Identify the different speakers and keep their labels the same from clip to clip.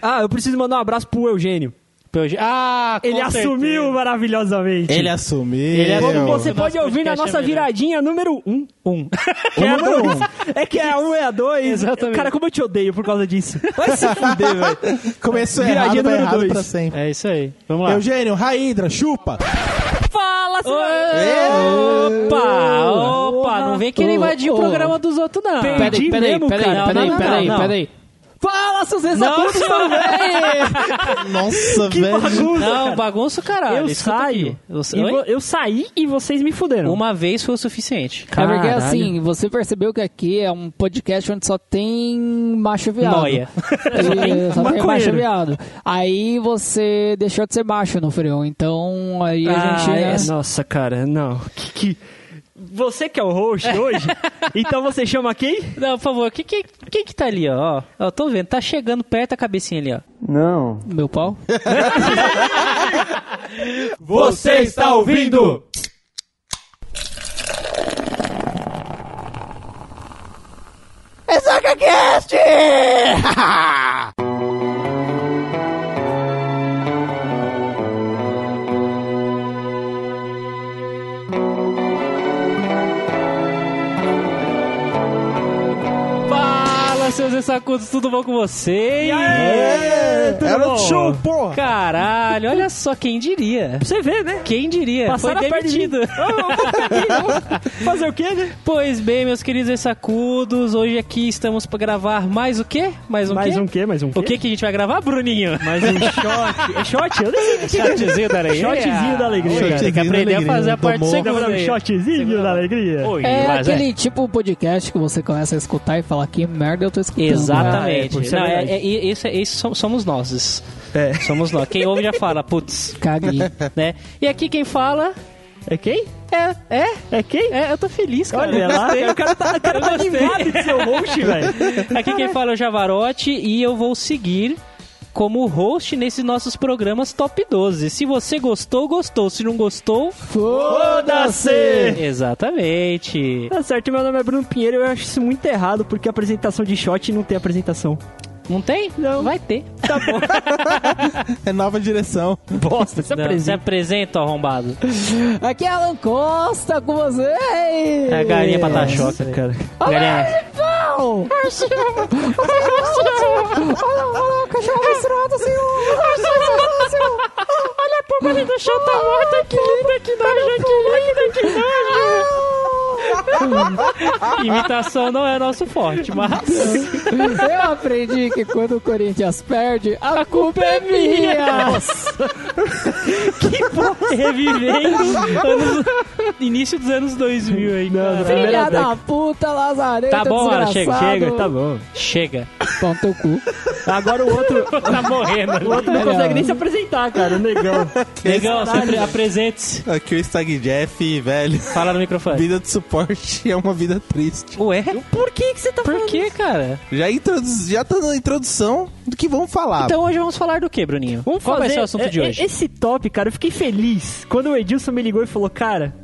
Speaker 1: Ah, eu preciso mandar um abraço pro Eugênio.
Speaker 2: Pro Eugênio. Ah, com
Speaker 1: Ele
Speaker 2: certeza.
Speaker 1: assumiu maravilhosamente.
Speaker 3: Ele assumiu.
Speaker 2: Ele assumiu.
Speaker 1: Como você
Speaker 2: O
Speaker 1: pode
Speaker 2: nosso
Speaker 1: ouvir na
Speaker 2: podcast
Speaker 1: nossa
Speaker 2: é melhor.
Speaker 1: viradinha número 1. Um, um. Que é a
Speaker 3: número
Speaker 1: dois. É que é a 1 um, é a 2.
Speaker 2: Exatamente.
Speaker 1: Cara, como eu te odeio por causa disso. Vai se fuder, velho.
Speaker 3: Começou
Speaker 1: Viradinha
Speaker 3: errado, tá
Speaker 1: número
Speaker 3: errado
Speaker 1: dois.
Speaker 3: pra sempre.
Speaker 2: É isso aí. Vamos lá.
Speaker 3: Eugênio, Raidra, chupa!
Speaker 1: Fala,
Speaker 3: Ê!
Speaker 2: Opa, opa, não vem querer invadir o programa dos outros, não.
Speaker 1: Perdi mesmo, cara. Não, não, não, não.
Speaker 2: Fala, seus exacudos,
Speaker 1: Nossa.
Speaker 2: velho!
Speaker 3: Nossa,
Speaker 1: Que
Speaker 3: velho.
Speaker 1: bagunça,
Speaker 2: Não,
Speaker 1: cara.
Speaker 2: bagunço, caralho.
Speaker 1: Eu
Speaker 2: Escuta
Speaker 1: saio.
Speaker 2: aqui. Eu,
Speaker 1: e
Speaker 2: Oi?
Speaker 1: vo- eu saí e vocês me fuderam.
Speaker 2: Uma vez foi o suficiente.
Speaker 1: Caralho.
Speaker 4: É porque assim, você percebeu que aqui é um podcast onde só tem macho viado.
Speaker 2: Noia.
Speaker 4: E, só tem,
Speaker 1: maconheiro.
Speaker 4: macho viado. Aí você deixou de ser macho no frio. Então aí a
Speaker 1: Ah,
Speaker 4: gente. né?
Speaker 1: é- Nossa, cara, não. Que, que- Você que é o host hoje, então você chama quem?
Speaker 2: Não, por favor, quem que, quem que tá ali, ó? ó? Eu tô vendo, tá chegando perto a cabecinha ali, ó.
Speaker 4: Meu pau.
Speaker 3: Você está ouvindo?
Speaker 2: Fala, seus ressacudos, tudo bom com vocês?
Speaker 3: Era o show, porra!
Speaker 2: Caralho, olha só, quem diria?
Speaker 1: Você vê, né? Ah,
Speaker 2: Quem diria?
Speaker 1: Passaram
Speaker 2: Foi
Speaker 1: perto de mim.
Speaker 2: demitido.
Speaker 1: Fazer o quê, né?
Speaker 2: Pois bem, meus queridos ressacudos, hoje aqui estamos pra gravar mais o quê? Mais um
Speaker 1: mais
Speaker 2: quê?
Speaker 1: um quê? Mais um quê?
Speaker 2: O que que a gente vai gravar, Bruninho?
Speaker 1: Mais um shot. É shot? Eu nem sei o que que é.
Speaker 2: Shotzinho da alegria.
Speaker 1: Shotzinho da alegria.
Speaker 2: Oi, Tem que
Speaker 3: Shotzinho da
Speaker 2: aprender a
Speaker 3: alegria.
Speaker 2: fazer a parte
Speaker 3: Tomou.
Speaker 2: segunda aí.
Speaker 1: um Shotzinho da alegria.
Speaker 2: Oi,
Speaker 4: É
Speaker 2: mas
Speaker 4: aquele tipo de podcast que você começa a escutar e fala que merda eu tô escutando.
Speaker 2: Exatamente.
Speaker 1: Ah, é, pô, isso é
Speaker 2: Não, é-
Speaker 1: verdade.
Speaker 2: é- e- esse, esse som- somos nós. Somos nós. Quem ouve já fala, putz,
Speaker 4: Caguei.
Speaker 2: né? E aqui quem fala
Speaker 1: É quem?
Speaker 2: é, é,
Speaker 1: É quem?
Speaker 2: é, eu tô feliz, cara.
Speaker 1: Olha lá,
Speaker 2: Gostei.
Speaker 1: o cara tá, o cara
Speaker 2: Eu
Speaker 1: tá
Speaker 2: gostei.
Speaker 1: animado de ser o host, velho.
Speaker 2: Aqui quem fala é o Javarote e eu vou seguir como host nesses nossos programas top 12. Se você gostou, gostou. Se não gostou,
Speaker 1: Foda-se!
Speaker 2: exatamente.
Speaker 1: Tá certo, meu nome é Bruno Pinheiro e eu acho isso muito errado, porque apresentação de shot não tem apresentação.
Speaker 2: Não tem?
Speaker 1: Não.
Speaker 2: Vai ter.
Speaker 1: Tá bom.
Speaker 3: É nova direção.
Speaker 1: Bosta, se
Speaker 2: Não, Se apresenta, arrombado.
Speaker 4: Aqui é Alan Costa com vocês.
Speaker 2: É a galinha né? patachoca.
Speaker 1: cara.
Speaker 2: Galinha.
Speaker 4: Pau! Olha, olha, o cachorro listrado, senhor! Olha a pomba ali do chão, tá morta, que linda, que nojo, que linda, que nojo!
Speaker 2: tá Imitação não é nosso forte, mas.
Speaker 4: Eu aprendi que quando o Corinthians perde, a culpa é minha!
Speaker 2: Revivendo anos- início dos anos 2000 aí.
Speaker 5: é
Speaker 2: cara.
Speaker 4: Filha da puta, lazareta,
Speaker 2: Tá bom, Alan, chega,
Speaker 4: desgraçado.
Speaker 2: chega, tá
Speaker 1: bom.
Speaker 2: Chega.
Speaker 4: Pão teu cu.
Speaker 1: Agora o outro,
Speaker 2: Tá morrendo.
Speaker 1: o outro não
Speaker 4: Melhor.
Speaker 2: né?
Speaker 1: consegue nem se apresentar, cara, o negão.
Speaker 2: Legal, se apre- apresente-se.
Speaker 3: Aqui o Stag Jeff, velho.
Speaker 2: Fala no microfone.
Speaker 3: Vida de suporte é uma vida triste.
Speaker 2: Ué?
Speaker 1: Por que que você tá
Speaker 2: Por que, cara?
Speaker 3: Já, introduz, já tá na introdução do que vamos falar.
Speaker 2: Então hoje vamos falar do que, Bruninho?
Speaker 1: Vamos
Speaker 2: Qual vai
Speaker 1: fazer
Speaker 2: ser o assunto de
Speaker 1: é, é,
Speaker 2: hoje?
Speaker 1: Esse top, cara, eu fiquei feliz quando o Edilson me ligou e falou, cara,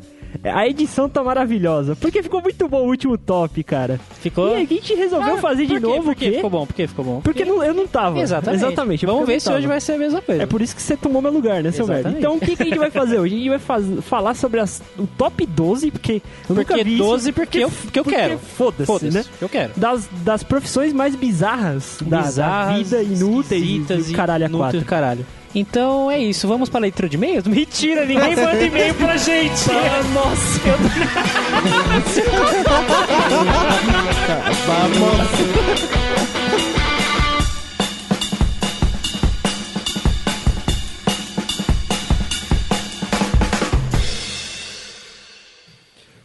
Speaker 1: a edição tá maravilhosa. Porque ficou muito bom o último top, cara.
Speaker 2: Ficou?
Speaker 1: E a gente resolveu
Speaker 2: Ah,
Speaker 1: fazer de
Speaker 2: por quê?
Speaker 1: novo
Speaker 2: Por
Speaker 1: o
Speaker 2: que
Speaker 1: quê?
Speaker 2: ficou bom? Por que ficou bom?
Speaker 1: Porque não- eu não tava.
Speaker 2: Exatamente.
Speaker 1: Exatamente.
Speaker 2: Vamos
Speaker 1: porque eu
Speaker 2: ver
Speaker 1: não
Speaker 2: se
Speaker 1: tava.
Speaker 2: hoje vai ser a mesma coisa.
Speaker 1: É por isso que você tomou meu lugar, né, seu
Speaker 2: Exatamente.
Speaker 1: merda? Então, o que, que a gente vai fazer hoje? A gente vai faz- falar sobre as- o top 12, porque eu nunca
Speaker 2: Porque
Speaker 1: vi isso,
Speaker 2: 12 porque eu, que eu
Speaker 1: porque
Speaker 2: quero.
Speaker 1: Foda-se,
Speaker 2: Foda-se,
Speaker 1: né?
Speaker 2: eu quero.
Speaker 1: Das, das profissões mais bizarras, da- da,
Speaker 2: Bizarras,
Speaker 1: vida inúteis
Speaker 2: esquisitas
Speaker 1: e caralho a
Speaker 2: inúteis
Speaker 1: quatro.
Speaker 2: do caralho. Então é isso, vamos pra leitura de e-mails? Mentira, ninguém manda e-mail pra gente! Nossa, eu
Speaker 3: Vamos.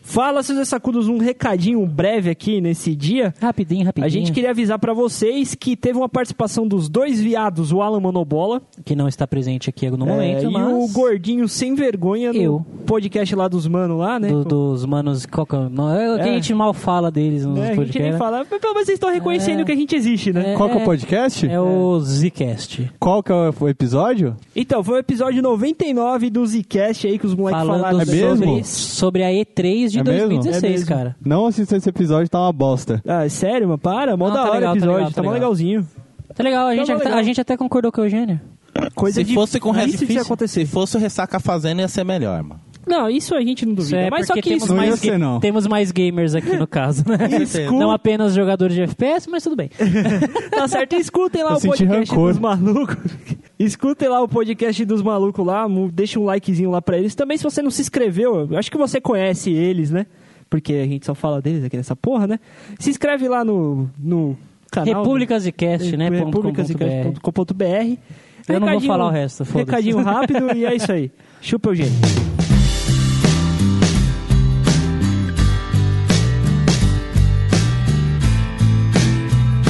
Speaker 1: Fala, seus sacudos, um recadinho breve aqui nesse dia.
Speaker 4: Rapidinho, rapidinho.
Speaker 1: A gente queria avisar pra vocês que teve uma participação dos dois viados, o Alan Manobola
Speaker 2: que não está presente aqui no
Speaker 1: é, e o gordinho sem vergonha no
Speaker 2: Eu.
Speaker 1: podcast lá dos mano lá, né?
Speaker 2: dos manos. Qual que é o nome? É, o que
Speaker 1: É.
Speaker 2: A gente mal fala deles né? nos
Speaker 1: É, a gente nem
Speaker 2: podcasts.
Speaker 1: fala, mas pelo menos vocês estão reconhecendo que a gente existe, né?
Speaker 3: Qual que é o podcast?
Speaker 2: É o Zcast.
Speaker 3: Qual que é o episódio?
Speaker 1: Então, foi o episódio 99 do Zcast aí que os moleques falaram
Speaker 2: Falando
Speaker 3: É
Speaker 2: sobre,
Speaker 3: mesmo?
Speaker 2: sobre a E3 de
Speaker 3: É mesmo?
Speaker 2: 2016,
Speaker 1: É mesmo.
Speaker 2: cara.
Speaker 3: Não assista esse episódio, tá uma bosta.
Speaker 1: Ah, sério, mano, para, mó
Speaker 2: Não,
Speaker 1: da
Speaker 2: tá
Speaker 1: hora
Speaker 2: legal,
Speaker 1: o
Speaker 2: tá
Speaker 1: episódio,
Speaker 2: legal,
Speaker 1: tá,
Speaker 2: tá
Speaker 1: mó
Speaker 2: legal.
Speaker 1: legalzinho.
Speaker 2: Tá legal, a gente,
Speaker 1: bom,
Speaker 2: até-
Speaker 1: legal.
Speaker 2: a gente até concordou com o Eugênio.
Speaker 1: Coisa
Speaker 3: Se
Speaker 1: de-
Speaker 3: fosse com
Speaker 1: difícil
Speaker 3: Res-
Speaker 1: de acontecer.
Speaker 3: Se fosse o Ressaca Fazenda, ia ser melhor, mano.
Speaker 1: Não, isso a gente não
Speaker 2: Isso
Speaker 1: duvida.
Speaker 2: é
Speaker 1: mas só
Speaker 2: porque
Speaker 1: que
Speaker 2: temos
Speaker 1: isso...
Speaker 5: Não ia
Speaker 2: mais,
Speaker 5: ser,
Speaker 2: ga-
Speaker 5: não.
Speaker 2: temos mais gamers aqui no caso, né?
Speaker 1: Escuta.
Speaker 2: Não apenas jogadores de FPS, mas tudo bem.
Speaker 1: Tá certo, escutem lá
Speaker 5: Eu
Speaker 1: o
Speaker 5: senti
Speaker 1: podcast
Speaker 5: rancor.
Speaker 1: dos malucos. Escutem lá o podcast dos malucos lá, mu- deixa um likezinho lá pra eles. Também se você não se inscreveu, eu acho que você conhece eles, né? Porque a gente só fala deles aqui nessa porra, né? Se inscreve lá no, no canal. né?
Speaker 2: Repúblicas e Cast, né? ponto com ponto BR.
Speaker 1: Republicasicast.com.br.
Speaker 2: Eu não vou
Speaker 1: Recadinho-
Speaker 2: falar o resto, foda-se.
Speaker 1: Recadinho rápido e é isso aí. Chupa, Eugênio.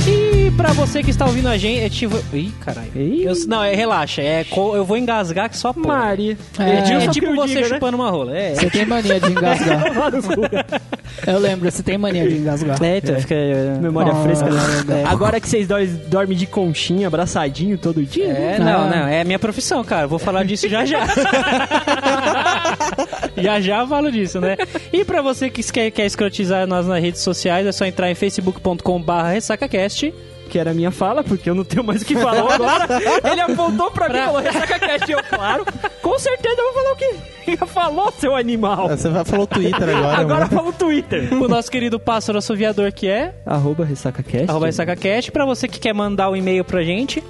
Speaker 2: E pra você que está ouvindo a gente, é tipo... Ih, caralho.
Speaker 1: Ih.
Speaker 2: Eu- não, é, relaxa. É, co- eu vou engasgar que só porra.
Speaker 1: Maria.
Speaker 2: É,
Speaker 4: É,
Speaker 2: é
Speaker 1: só que
Speaker 2: tipo
Speaker 1: eu
Speaker 2: você
Speaker 1: diga, né?
Speaker 2: chupando uma rola. É,
Speaker 4: Você tem mania de engasgar. Eu lembro, você tem mania de engasgar.
Speaker 2: é então, fica...
Speaker 1: Memória
Speaker 4: Ah,
Speaker 1: fresca.
Speaker 4: é.
Speaker 1: Agora que vocês dois dormem de conchinha, abraçadinho todo dia. né?
Speaker 2: É, não, não, é a minha profissão, cara. Vou falar disso já já. já já eu falo disso, né? E pra você que quer, quer escrotizar nós nas redes sociais, é só entrar em facebook.com.br ressacacast.
Speaker 1: Que era a minha fala, porque eu não tenho mais o que falar agora. Ele apontou pra mim e falou, ressaca cast. Eu, claro, com certeza eu vou falar o que ele falou, seu animal.
Speaker 3: Você vai falar o Twitter agora,
Speaker 1: Agora
Speaker 3: mano.
Speaker 1: fala o Twitter.
Speaker 2: O nosso querido pássaro assoviador que é,
Speaker 1: Arroba ressacacast.
Speaker 2: arroba ressacacast. Pra você que quer mandar um e-mail pra gente,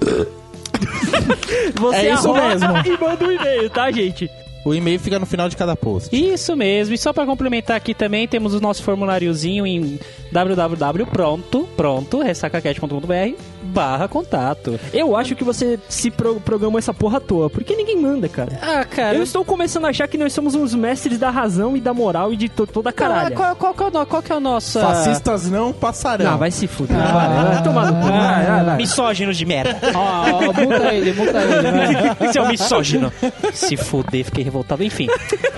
Speaker 1: Você
Speaker 3: É isso
Speaker 1: arroba E manda um e-mail, tá, gente?
Speaker 3: O e-mail fica no final de cada post.
Speaker 2: Isso mesmo. E só pra complementar aqui também, temos o nosso formuláriozinho em www.pronto.ressacacast.com.br barra contato.
Speaker 1: Eu acho que você se pro- programou essa porra à toa, porque ninguém manda, cara.
Speaker 2: Ah, cara,
Speaker 1: Eu estou começando a achar que nós somos uns mestres da razão e da moral e de to- toda caralho.
Speaker 2: Qual, qual, que é o no- qual que é o nosso...
Speaker 3: Fascistas não passarão.
Speaker 1: Não, vai se fuder. vai, vai tomar no cu. Vai, vai, vai.
Speaker 2: Misógino de merda.
Speaker 4: Ó, ó, multa ele, multa ele. vai.
Speaker 2: Esse é um misógino. Se foder, fiquei revoltado. Enfim.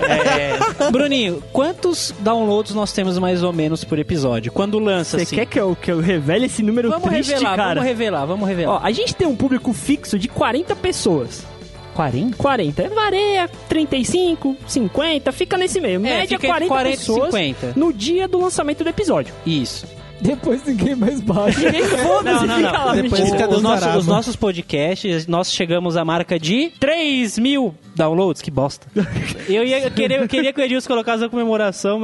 Speaker 2: É, Bruninho, quantos downloads nós temos mais ou menos por episódio? Quando lança,
Speaker 1: Você
Speaker 2: assim?
Speaker 1: quer que eu, que eu revele esse número
Speaker 2: Vamos
Speaker 1: triste,
Speaker 2: revelar,
Speaker 1: cara?
Speaker 2: vamos revelar, vamos revelar.
Speaker 1: Ó, a gente tem um público fixo de 40 pessoas.
Speaker 2: 40?
Speaker 1: 40. Varia 35, 50, fica nesse meio. Média
Speaker 2: É, fica
Speaker 1: 40,
Speaker 2: entre 40 e
Speaker 1: pessoas
Speaker 2: 50.
Speaker 1: no dia do lançamento do episódio.
Speaker 2: Isso.
Speaker 4: Depois ninguém mais baixa.
Speaker 1: Ninguém foda-se,
Speaker 2: Não, não,
Speaker 1: fica
Speaker 2: não.
Speaker 1: lá.
Speaker 3: Depois
Speaker 1: mentira.
Speaker 2: O-
Speaker 3: fica
Speaker 2: os,
Speaker 3: dando
Speaker 2: nossos-
Speaker 3: zarado.
Speaker 2: os nossos podcasts, nós chegamos à marca de 3 mil downloads. Que bosta. Eu, ia, eu queria, eu queria que o Edilson colocasse a comemoração.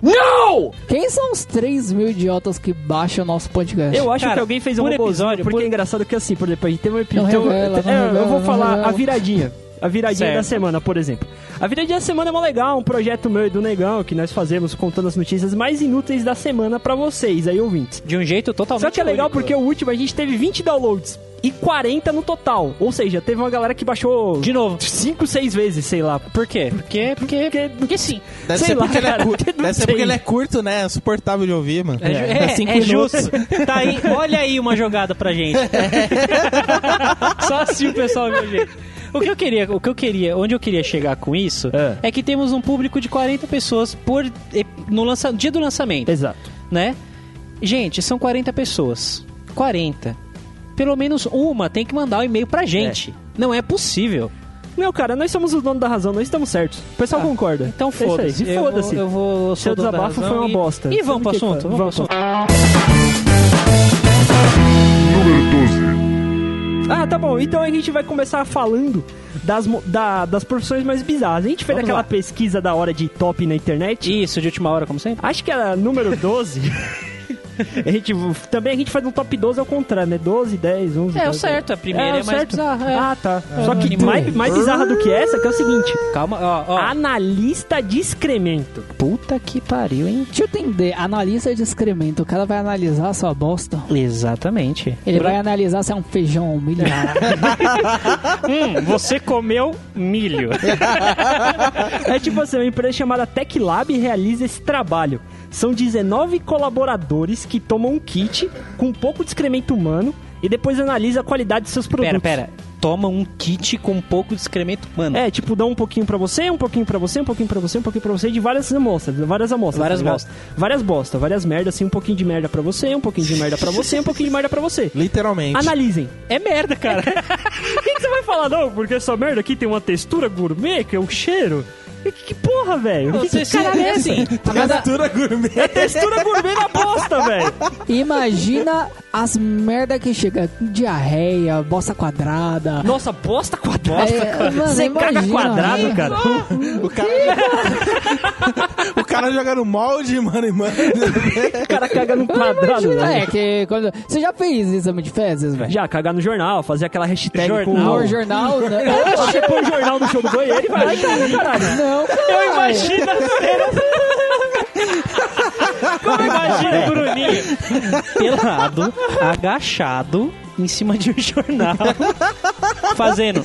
Speaker 4: Quem são os 3 mil idiotas que baixam o nosso podcast?
Speaker 1: Eu acho
Speaker 2: Cara,
Speaker 1: que alguém fez um
Speaker 2: por
Speaker 1: robôzinho,
Speaker 2: episódio,
Speaker 1: porque
Speaker 2: por-
Speaker 1: é engraçado que assim, por exemplo, a gente teve um episódio...
Speaker 4: Não revela, não
Speaker 1: é, eu
Speaker 4: revela,
Speaker 1: vou
Speaker 4: não
Speaker 1: falar
Speaker 4: revela.
Speaker 1: a viradinha. A viradinha
Speaker 2: Certo.
Speaker 1: da semana, por exemplo. A viradinha da semana é mó legal, um projeto meu e do Negão, que nós fazemos contando as notícias mais inúteis da semana pra vocês, aí ouvintes.
Speaker 2: De um jeito totalmente
Speaker 1: Só que é legal
Speaker 2: único.
Speaker 1: porque o último a gente teve 20 downloads e 40 no total. Ou seja, teve uma galera que baixou
Speaker 2: De novo.
Speaker 1: 5, 6 vezes, sei lá.
Speaker 2: Por quê? Porque, porque, porque, sim.
Speaker 3: Deve
Speaker 1: sei
Speaker 3: ser
Speaker 1: lá,
Speaker 3: porque ele
Speaker 1: cara,
Speaker 3: é curto.
Speaker 1: porque não
Speaker 3: Deve ser
Speaker 1: sei.
Speaker 3: porque ele é curto, né? É suportável de ouvir, mano.
Speaker 2: É, ju- é-
Speaker 4: cinco
Speaker 2: é
Speaker 4: minutos.
Speaker 2: justo. Tá aí, olha aí uma jogada pra gente. Só assim o pessoal vê a gente. O que eu queria, o que eu queria, onde eu queria chegar com isso
Speaker 1: É.
Speaker 2: é, que temos um público de 40 pessoas por e- no lança, dia do
Speaker 3: é
Speaker 2: lançamento,
Speaker 1: Exato.
Speaker 2: né? Gente, são 40 pessoas. 40. Pelo menos uma tem que mandar o e-mail pra gente. Não é possível.
Speaker 1: Não, cara, nós somos os donos da razão, nós estamos certos. O pessoal
Speaker 2: Ah,
Speaker 1: concorda.
Speaker 2: Então
Speaker 1: É isso aí,
Speaker 2: foda-se.
Speaker 1: E
Speaker 2: Eu vou-
Speaker 1: foda-se.
Speaker 2: Eu vou. sou
Speaker 1: Seu
Speaker 2: dono da
Speaker 1: desabafo
Speaker 2: razão
Speaker 1: foi uma
Speaker 2: e-
Speaker 1: bosta.
Speaker 2: E vamos pro
Speaker 1: Sabe o que
Speaker 2: assunto.
Speaker 1: foi?
Speaker 2: Vamos pro
Speaker 1: Vamos pro
Speaker 2: assunto.
Speaker 1: Ah, tá bom. Então a gente vai começar falando das, mo- da- das profissões mais bizarras. A gente fez
Speaker 2: Vamos
Speaker 1: aquela
Speaker 2: lá.
Speaker 1: pesquisa da hora de top na internet.
Speaker 2: Isso, de última hora, como sempre.
Speaker 1: Acho que era número 12. a gente, também a gente faz um top 12 ao contrário, né? 12, 10, 11.
Speaker 2: É, o
Speaker 1: 12,
Speaker 2: certo. A primeira é,
Speaker 1: o
Speaker 2: mais
Speaker 1: certo.
Speaker 2: bizarra. é.
Speaker 1: Ah, tá. Só que
Speaker 2: Animal.
Speaker 1: mais, mais bizarra do que essa, que é o seguinte.
Speaker 2: Calma, ó, ó.
Speaker 1: Analista de excremento.
Speaker 2: puta que pariu, hein?
Speaker 4: Deixa eu entender, analisa de excremento. O cara vai analisar a sua bosta.
Speaker 2: Exatamente.
Speaker 4: Ele vai analisar se é um feijão ou um milho.
Speaker 2: Hum, você comeu milho.
Speaker 1: É tipo assim, uma empresa chamada Tech Lab realiza esse trabalho. São 19 colaboradores que tomam um kit com um pouco de excremento humano e depois analisa a qualidade de seus produtos.
Speaker 2: pera, pera. Toma um kit com um pouco de excremento humano.
Speaker 1: É, tipo, dá um pouquinho pra você, um pouquinho pra você, um pouquinho pra você, um pouquinho pra você, de várias amostras, várias amostras. tá
Speaker 2: Várias
Speaker 1: ligado?
Speaker 2: bosta.
Speaker 1: Várias bosta, várias merdas, assim, um pouquinho de merda pra você, um pouquinho de merda pra você, um pouquinho de merda pra você.
Speaker 3: Literalmente.
Speaker 1: Analisem.
Speaker 2: É merda, cara.
Speaker 1: O que, que você vai falar, não? Porque essa merda aqui tem uma textura gourmet, que é um cheiro. Que porra, velho? Que-
Speaker 2: Você
Speaker 1: que caralho é
Speaker 2: assim,
Speaker 4: Cada-
Speaker 3: Textura gourmet.
Speaker 1: É textura gourmet da bosta, velho.
Speaker 4: Imagina as merda que chega. Diarreia, bosta quadrada.
Speaker 1: Nossa, bosta quadrada.
Speaker 4: É,
Speaker 1: cara.
Speaker 4: mano,
Speaker 1: Você caga
Speaker 4: imagina.
Speaker 1: quadrado, É, cara.
Speaker 3: O cara... o cara joga no molde, mano, e mano.
Speaker 1: O cara caga num quadrado,
Speaker 4: Imagina,
Speaker 1: né?
Speaker 4: é que quando- Você já fez exame de fezes, velho?
Speaker 1: Já, cagar no jornal, fazer aquela hashtag com
Speaker 4: No jornal? né?
Speaker 1: Você põe o jornal no show do banheiro e vai lá e caga, caralho.
Speaker 4: Não,
Speaker 2: Eu
Speaker 4: caralho.
Speaker 2: imagino a cena. Como imagina o Bruninho pelado, agachado, em cima de um jornal, fazendo.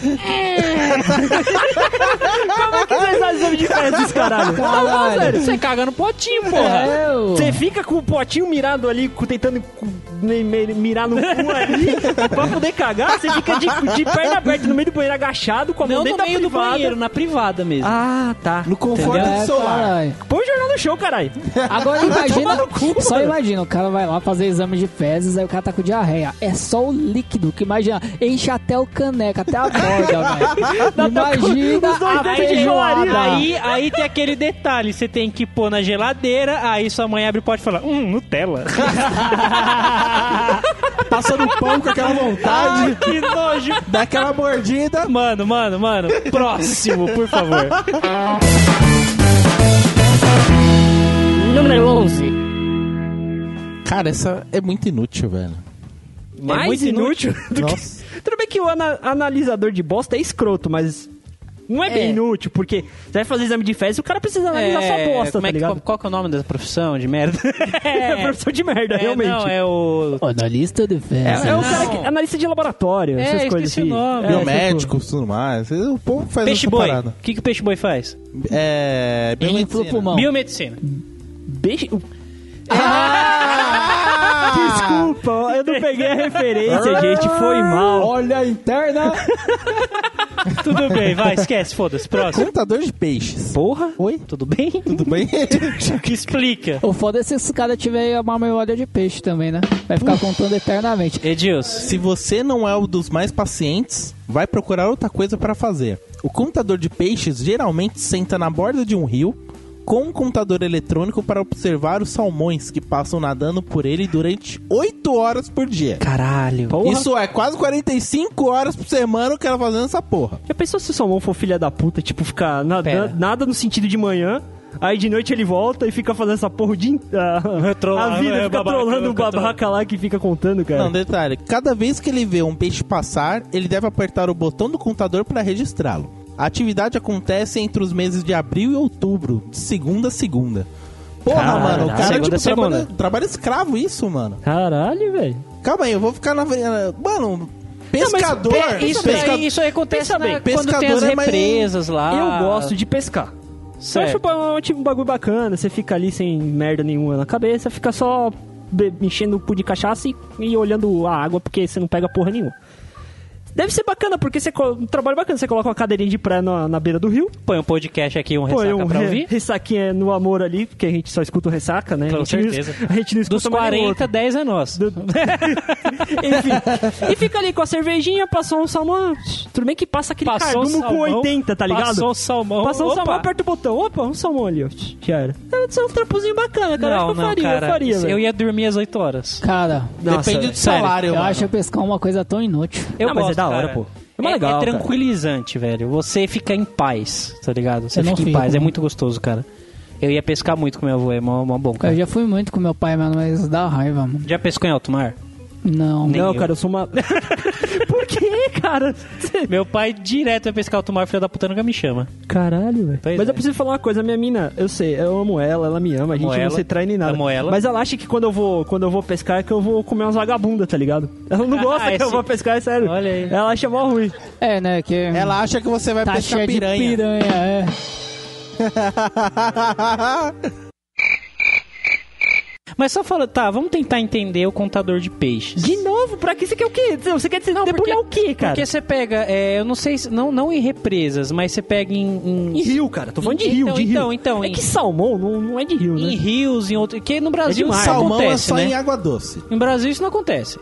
Speaker 1: Como é que vocês fazem exame de fezes, caralho?
Speaker 4: Caralho.
Speaker 1: Não, não, sério.
Speaker 2: Ah, Você caga no potinho, porra.
Speaker 4: É, ô.
Speaker 1: Você fica com o potinho mirado ali, cu- tentando cu- mi- mi- mirar no cu ali, pra poder cagar, você fica de, de perna aberta no meio do banheiro agachado, com a mão
Speaker 2: Não
Speaker 1: dentro
Speaker 2: no
Speaker 1: da
Speaker 2: meio do
Speaker 1: privada.
Speaker 2: banheiro, na privada mesmo.
Speaker 1: Ah, tá.
Speaker 3: No conforto
Speaker 2: Entendeu?
Speaker 3: do
Speaker 4: É,
Speaker 3: celular.
Speaker 4: caralho.
Speaker 1: Põe o jornal no show, caralho. É
Speaker 4: Agora imagina,
Speaker 1: tomar no cu,
Speaker 4: só
Speaker 1: mano.
Speaker 4: imagina, o cara vai lá fazer exame de fezes, aí o cara tá com diarreia. É só o líquido, que imagina, enche até o caneco, até a borda, velho. Imagina
Speaker 1: Os dois
Speaker 4: a
Speaker 1: dentes de
Speaker 4: feijoada.
Speaker 1: gelatina.
Speaker 2: Aí, aí tem aquele detalhe, você tem que pôr na geladeira, aí sua mãe abre o pote e fala, hum, Nutella.
Speaker 3: Passa no pão com aquela vontade,
Speaker 2: que nojo.
Speaker 3: dá aquela mordida.
Speaker 2: Mano, mano, mano, próximo, por favor.
Speaker 1: Número 11.
Speaker 3: Cara, essa é muito inútil, velho.
Speaker 1: Mais
Speaker 2: muito
Speaker 1: inútil. do que-
Speaker 3: Nossa.
Speaker 1: Tudo bem que o ana- analisador de bosta é escroto, mas não é bem
Speaker 2: É.
Speaker 1: inútil, porque você vai fazer exame de fezes e o cara precisa analisar sua bosta,
Speaker 2: como
Speaker 1: tá
Speaker 2: é que-
Speaker 1: ligado?
Speaker 2: qual que é o nome da profissão de merda?
Speaker 1: É, profissão de merda,
Speaker 2: é,
Speaker 1: realmente.
Speaker 2: Não, é o...
Speaker 4: Analista de fezes.
Speaker 1: É, é o cara
Speaker 2: Não.
Speaker 1: que analista de laboratório,
Speaker 2: É,
Speaker 1: essas
Speaker 2: eu
Speaker 1: coisas
Speaker 2: esqueci
Speaker 1: assim.
Speaker 2: o nome.
Speaker 1: É,
Speaker 3: Biomédicos, tudo mais. O povo faz
Speaker 2: Peixe
Speaker 3: essa
Speaker 2: boi.
Speaker 3: parada.
Speaker 2: O que, que o peixe boi faz?
Speaker 3: É.
Speaker 4: Ele
Speaker 3: biomedicina.
Speaker 4: pro pulmão.
Speaker 2: Biomedicina.
Speaker 1: Beijo-
Speaker 3: Ah!
Speaker 1: Desculpa, eu não peguei a referência, gente. Foi mal.
Speaker 4: Olha a interna.
Speaker 2: Tudo bem, vai, esquece, foda-se, próximo.
Speaker 3: Contador de peixes.
Speaker 2: Porra?
Speaker 3: Oi?
Speaker 2: Tudo bem?
Speaker 3: Tudo bem?
Speaker 2: Que explica.
Speaker 4: o foda é se esse cara tiver uma memória de peixe também, né? Vai ficar contando eternamente.
Speaker 2: Edilson.
Speaker 3: Se você não é um dos mais pacientes, vai procurar outra coisa para fazer. O contador de peixes geralmente senta na borda de um rio com um contador eletrônico para observar os salmões que passam nadando por ele durante 8 horas por dia.
Speaker 2: Caralho.
Speaker 1: Porra.
Speaker 3: Isso é quase 45 horas por semana o cara fazendo essa porra.
Speaker 1: Já pensou se o Salmão for filha da puta, tipo, ficar nada,
Speaker 2: Pera.
Speaker 1: nada no sentido de manhã, aí de noite ele volta e fica fazendo essa porra de... Uh,
Speaker 2: Trollar,
Speaker 1: a vida,
Speaker 2: é,
Speaker 1: fica
Speaker 2: babaca,
Speaker 1: trolando o
Speaker 2: fica
Speaker 1: babaca lá que fica contando, cara.
Speaker 3: Não, detalhe. Cada vez que ele vê um peixe passar, ele deve apertar o botão do contador para registrá-lo. A atividade acontece entre os meses de abril e outubro, de segunda a segunda. Porra,
Speaker 1: Caralho,
Speaker 3: mano, o cara
Speaker 2: segunda a
Speaker 3: tipo,
Speaker 2: segunda.
Speaker 3: trabalha, trabalha escravo isso, mano.
Speaker 1: Caralho, velho.
Speaker 3: Calma aí, eu vou ficar na... eh, Mano,
Speaker 1: mas
Speaker 3: pescador...
Speaker 1: pe-
Speaker 2: Isso,
Speaker 3: pesca-
Speaker 2: aí, isso aí acontece
Speaker 1: Pensa bem,
Speaker 2: na, quando tem
Speaker 3: pescador
Speaker 2: as
Speaker 3: é mais-
Speaker 2: represas lá.
Speaker 1: Eu gosto de pescar. Eu acho
Speaker 2: Certo.
Speaker 1: um, tipo, um bagulho bacana, você fica ali sem merda nenhuma na cabeça, fica só be- enchendo o cu de cachaça e, e olhando a água, porque você não pega porra nenhuma. Deve ser bacana, porque você co- um trabalho bacana, você coloca uma cadeirinha de praia na, na beira do rio,
Speaker 2: Põe um podcast aqui, um
Speaker 1: põe
Speaker 2: ressaca
Speaker 1: um
Speaker 2: pra
Speaker 1: re-
Speaker 2: ouvir.
Speaker 1: ressaquinha no amor ali, porque a gente só escuta o ressaca, né?
Speaker 2: Com
Speaker 1: a gente não es-
Speaker 2: certeza.
Speaker 1: a gente não escuta
Speaker 2: Dos
Speaker 1: mais nenhum outro.
Speaker 2: 40, 10 é nosso.
Speaker 1: Do- Enfim. E fica ali com a cervejinha, passou um salmão. Tudo bem que passa aquele
Speaker 2: Passou um
Speaker 1: cardumo com
Speaker 2: salmão,
Speaker 1: 80, tá ligado?
Speaker 2: Passou o salmão.
Speaker 1: Passou um
Speaker 2: opa.
Speaker 1: salmão, aperta o botão. Opa, um salmão ali, ó. Já era. Deve ser um trampozinho bacana, cara.
Speaker 2: Não,
Speaker 1: acho que eu
Speaker 2: não,
Speaker 1: faria,
Speaker 2: cara.
Speaker 1: eu faria,
Speaker 2: se
Speaker 1: velho. tipo
Speaker 2: eu ia dormir às 8 horas.
Speaker 4: Cara,
Speaker 1: Nossa,
Speaker 3: Depende do
Speaker 1: velho.
Speaker 2: sério,
Speaker 3: salário,
Speaker 4: eu
Speaker 3: mano.
Speaker 4: acho pescar uma coisa tão inútil.
Speaker 2: Eu
Speaker 1: Não, mas é
Speaker 2: gosto,
Speaker 1: da hora,
Speaker 2: cara.
Speaker 1: pô. É mais legal, cara.
Speaker 2: tranquilizante, velho. Você fica em paz, tá ligado? Você
Speaker 4: Eu não
Speaker 2: fica em
Speaker 4: fico,
Speaker 2: paz, é
Speaker 4: mano.
Speaker 2: muito gostoso, cara. Eu ia pescar muito com meu avô, é mó, mó bom, cara.
Speaker 4: Eu já fui muito com meu pai, mano, mas dá raiva, mano.
Speaker 2: Já pescou em alto mar?
Speaker 4: Não.
Speaker 1: Não,
Speaker 2: eu.
Speaker 1: cara, eu sou uma. Por quê, cara?
Speaker 2: Meu pai direto vai pescar em alto mar, filho da puta nunca me chama.
Speaker 1: Caralho, velho.
Speaker 2: Pois
Speaker 1: Mas
Speaker 2: é.
Speaker 1: eu preciso falar uma coisa, minha mina, eu sei, eu amo ela, ela me ama, a gente
Speaker 2: ela,
Speaker 1: não se trai nem nada.
Speaker 2: amo ela.
Speaker 1: Mas ela acha que quando eu vou, quando eu vou pescar é que eu vou comer umas vagabundas, tá ligado? Ela não
Speaker 2: Ah,
Speaker 1: gosta que
Speaker 2: é
Speaker 1: eu vou
Speaker 2: sim.
Speaker 1: pescar, é sério.
Speaker 2: Olha aí.
Speaker 1: Ela acha mó ruim.
Speaker 4: É, né, que...
Speaker 3: Ela acha que você vai
Speaker 4: Tá
Speaker 3: pescar
Speaker 4: cheia
Speaker 3: piranha.
Speaker 4: de piranha, é.
Speaker 2: Mas só fala, tá, vamos tentar entender o contador de peixes. é
Speaker 1: De novo, pra que você quer o quê? Você quer dizer, debulhar é o quê, cara?
Speaker 2: Porque você pega, é, eu não sei, se- não, não em represas, mas você pega em,
Speaker 1: Em
Speaker 2: em,
Speaker 1: rio, cara. Tô falando de rio,
Speaker 2: Então,
Speaker 1: de rio.
Speaker 2: então, então,
Speaker 1: É
Speaker 2: em-
Speaker 1: que salmão não, não é de rio,
Speaker 2: em
Speaker 1: né?
Speaker 2: rios, em outro. Que no Brasil
Speaker 1: demais.
Speaker 2: isso não
Speaker 3: Salmão é
Speaker 2: acontece,
Speaker 3: só
Speaker 2: né?
Speaker 3: em água doce.
Speaker 2: Em Brasil isso não acontece.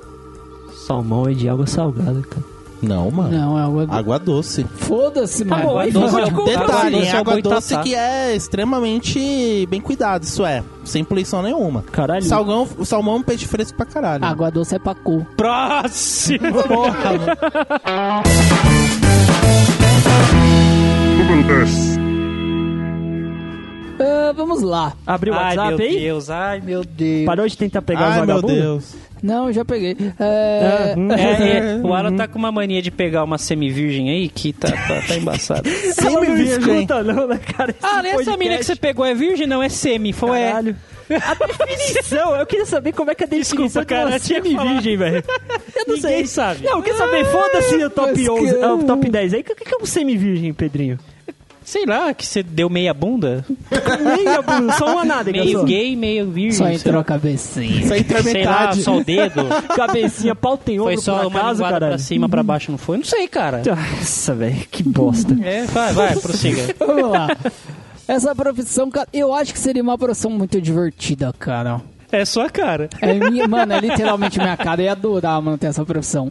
Speaker 1: Salmão é de água salgada, cara.
Speaker 3: Não, mano.
Speaker 5: Não, é água doce.
Speaker 3: Água doce.
Speaker 5: Foda-se,
Speaker 1: Tá bom,
Speaker 5: mano.
Speaker 1: aí
Speaker 2: doce
Speaker 1: ficou
Speaker 2: é
Speaker 1: de
Speaker 2: um
Speaker 1: comprar.
Speaker 2: detalhe.
Speaker 3: Detalhe,
Speaker 2: doce
Speaker 3: é
Speaker 2: é
Speaker 3: água
Speaker 2: Goitatá.
Speaker 3: doce que é extremamente bem cuidado, isso é, sem poluição nenhuma.
Speaker 1: Caralho.
Speaker 3: Salgão, o salmão é um peixe fresco pra caralho.
Speaker 5: Água doce é pra cu.
Speaker 2: Próximo!
Speaker 3: Porra, mano.
Speaker 5: Ah, vamos lá.
Speaker 1: Abriu o
Speaker 2: Ai, meu
Speaker 1: WhatsApp aí?
Speaker 2: Deus, ai, meu
Speaker 5: Meu Deus.
Speaker 1: Parou de tentar pegar os
Speaker 3: Ai, meu
Speaker 1: vagabundos?
Speaker 3: Deus.
Speaker 5: Não, já peguei. É...
Speaker 1: Ah, hum.
Speaker 2: É, é, o Alan tá com uma mania de pegar uma semi-virgem aí que tá, tá, tá embaçado.
Speaker 1: Ela não
Speaker 3: Semi-virgem.
Speaker 1: escuta, não, né, cara? Esse
Speaker 2: Ah, essa mina que você
Speaker 1: podcast.
Speaker 2: pegou é virgem? Não, é semi. Foi é.
Speaker 1: Caralho. A definição, eu queria saber como é que é a definição
Speaker 2: Desculpa, cara, eu
Speaker 1: de
Speaker 2: tinha
Speaker 1: uma semi-virgem, velho. Eu
Speaker 2: não sei.
Speaker 1: Ninguém sabe. Não, eu queria saber,
Speaker 2: Ah,
Speaker 1: foda-se o top
Speaker 5: mas
Speaker 1: 11,
Speaker 5: que-
Speaker 1: ah, o top 10 aí. O que que é um semi-virgem, Pedrinho?
Speaker 2: Sei lá, que você deu meia bunda?
Speaker 1: Meia bunda, só uma nada,
Speaker 2: Meio gay, meio
Speaker 1: é,
Speaker 2: virgem.
Speaker 5: Só
Speaker 2: sei
Speaker 5: entrou
Speaker 2: lá.
Speaker 5: a cabecinha.
Speaker 3: Isso aí tá
Speaker 2: Sei lá,
Speaker 3: metade.
Speaker 2: só o dedo.
Speaker 1: Cabecinha, pau tem
Speaker 2: Foi
Speaker 1: ombro,
Speaker 2: só
Speaker 1: por
Speaker 2: uma
Speaker 1: acaso,
Speaker 2: linguada
Speaker 1: caralho.
Speaker 2: pra Uhum. cima, pra baixo, não foi? Não sei, cara.
Speaker 1: Nossa, velho, que bosta.
Speaker 2: É, vai, vai, prossiga.
Speaker 5: Vamos lá. Essa profissão, cara, eu acho que seria uma profissão muito divertida, cara.
Speaker 2: É sua cara.
Speaker 5: É minha, mano, é literalmente minha cara. Eu ia adorar, mano, ter essa profissão.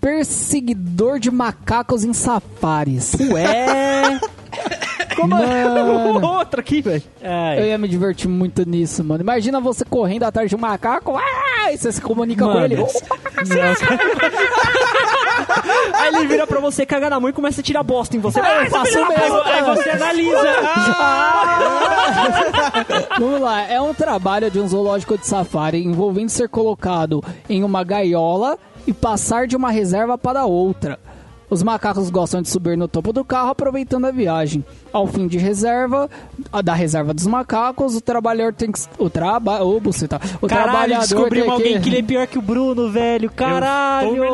Speaker 5: Perseguidor de macacos em safaris.
Speaker 1: Ué! Como
Speaker 5: Mano.
Speaker 1: Outra aqui, velho.
Speaker 5: Eu
Speaker 2: Ai,
Speaker 5: ia me divertir muito nisso, mano. Imagina você correndo atrás de um macaco, ah, e você se comunica com
Speaker 1: Mano.
Speaker 5: ele.
Speaker 1: Aí ele vira pra você, caga na mão e começa a tirar bosta em você.
Speaker 5: Ah,
Speaker 1: Passa
Speaker 5: isso
Speaker 1: o
Speaker 5: mesmo,
Speaker 1: mesmo.
Speaker 5: cara.
Speaker 1: Aí você analisa.
Speaker 5: Vamos lá, é um trabalho de um zoológico de safari envolvendo ser colocado em uma gaiola e passar de uma reserva para outra. Os macacos gostam de subir no topo do carro aproveitando a viagem. Ao fim de reserva, a da reserva dos macacos, o trabalhador tem que o trabalho, ô, buceta. O
Speaker 2: Caralho,
Speaker 5: trabalhador tem
Speaker 2: descobrimos alguém que ele é pior que o Bruno, velho. Caralho.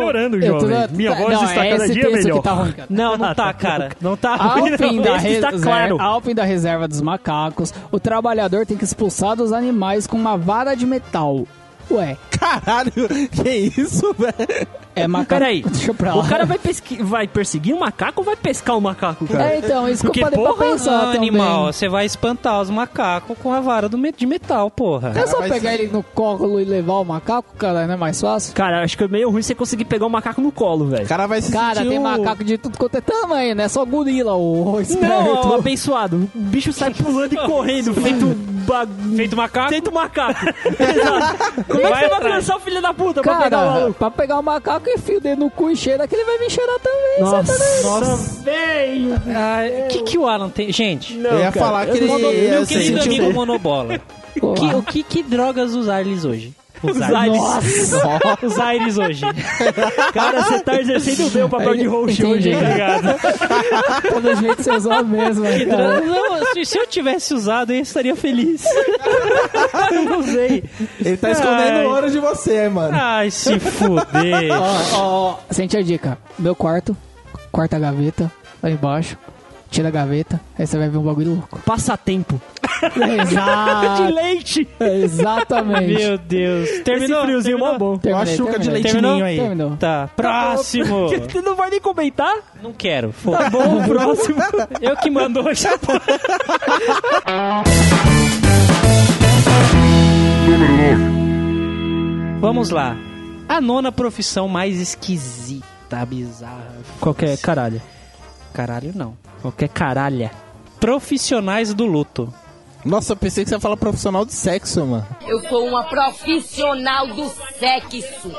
Speaker 5: Eu tô na- tá- não, é esse texto que tá ruim, cara.
Speaker 2: Não, não tá, cara. Não tá
Speaker 5: Ao
Speaker 2: ruim,
Speaker 5: fim,
Speaker 2: não.
Speaker 5: da
Speaker 1: esse tá
Speaker 5: reserva,
Speaker 1: claro.
Speaker 5: ao fim da reserva dos macacos, o trabalhador tem que expulsar dos animais com uma vara de metal. Ué,
Speaker 3: Caralho, que isso, velho?
Speaker 5: é macaco.
Speaker 1: Peraí,
Speaker 5: deixa pra lá.
Speaker 1: o cara vai, pesqui- vai perseguir o macaco ou vai pescar o macaco, cara?
Speaker 5: É, então, isso que
Speaker 1: Porque,
Speaker 5: eu parei pra
Speaker 1: porra,
Speaker 5: pensar
Speaker 2: Ah,
Speaker 5: também.
Speaker 2: animal, você vai espantar os macacos com a vara do me- de metal, porra.
Speaker 5: É só
Speaker 3: Vai
Speaker 5: pegar
Speaker 3: ser-
Speaker 5: ele no colo e levar o macaco, cara, não é mais fácil?
Speaker 1: Cara, acho que é meio ruim você conseguir pegar o macaco no colo, velho.
Speaker 3: O cara vai se
Speaker 5: Cara,
Speaker 3: sentir
Speaker 5: tem
Speaker 3: um-
Speaker 5: macaco de tudo quanto é tamanho, não é só gorila ou
Speaker 1: Não,
Speaker 5: esperto.
Speaker 1: ó, abençoado. O bicho sai pulando e correndo, feito um ba...
Speaker 2: Feito macaco?
Speaker 1: Feito macaco. Exato. Como é que
Speaker 2: Vai
Speaker 1: você vai
Speaker 2: atrás.
Speaker 1: alcançar o filho da puta pra pegar o
Speaker 5: Cara,
Speaker 1: maluco?
Speaker 5: pra pegar o macaco e fio dele no cu e cheira que ele vai me cheirar também.
Speaker 1: Nossa, nossa, velho.
Speaker 2: O que, que o Alan tem? Gente,
Speaker 1: Não,
Speaker 3: Eu ia falar que ele ia
Speaker 2: meu querido
Speaker 3: sentir um-
Speaker 2: amigo monobola,
Speaker 5: Pô,
Speaker 2: que- o que, que drogas usar eles hoje? Usar
Speaker 1: Zaires.
Speaker 2: usar eles hoje.
Speaker 1: Cara, você tá exercendo bem o papel de host hoje, hein,
Speaker 5: Entendi.
Speaker 1: cara.
Speaker 5: Todo jeito você usou a mesma, cara.
Speaker 2: Não, se, se eu tivesse usado, eu estaria feliz.
Speaker 1: Não sei.
Speaker 3: Ele tá escondendo
Speaker 2: Ai.
Speaker 3: ouro de você, mano.
Speaker 2: Ai, se fuder.
Speaker 5: Ó, ó, ó, sente a dica. Meu quarto, quarta gaveta, lá embaixo. Tira a gaveta, aí você vai ver um bagulho louco.
Speaker 1: Passatempo. De
Speaker 5: Exato,
Speaker 1: leite.
Speaker 5: exatamente.
Speaker 2: Meu Deus. Terminou?
Speaker 1: Esse friozinho é
Speaker 2: terminou?
Speaker 1: mó bom.
Speaker 3: Uma
Speaker 5: Terminei,
Speaker 3: chuca é de
Speaker 5: terminei.
Speaker 3: leitinho
Speaker 2: Terminou?
Speaker 3: aí.
Speaker 5: Terminou.
Speaker 2: Tá, próximo.
Speaker 1: Você não vai nem comentar?
Speaker 2: Não quero. Tá
Speaker 1: Bom, Tá próximo.
Speaker 2: Eu que mando hoje. Vamos lá. A nona profissão mais esquisita, bizarra.
Speaker 1: Qualquer caralho.
Speaker 2: Caralho, não.
Speaker 1: Qualquer caralha.
Speaker 2: Profissionais do luto.
Speaker 3: Nossa, eu pensei que você ia falar profissional de sexo, mano.
Speaker 6: Eu sou uma profissional do sexo.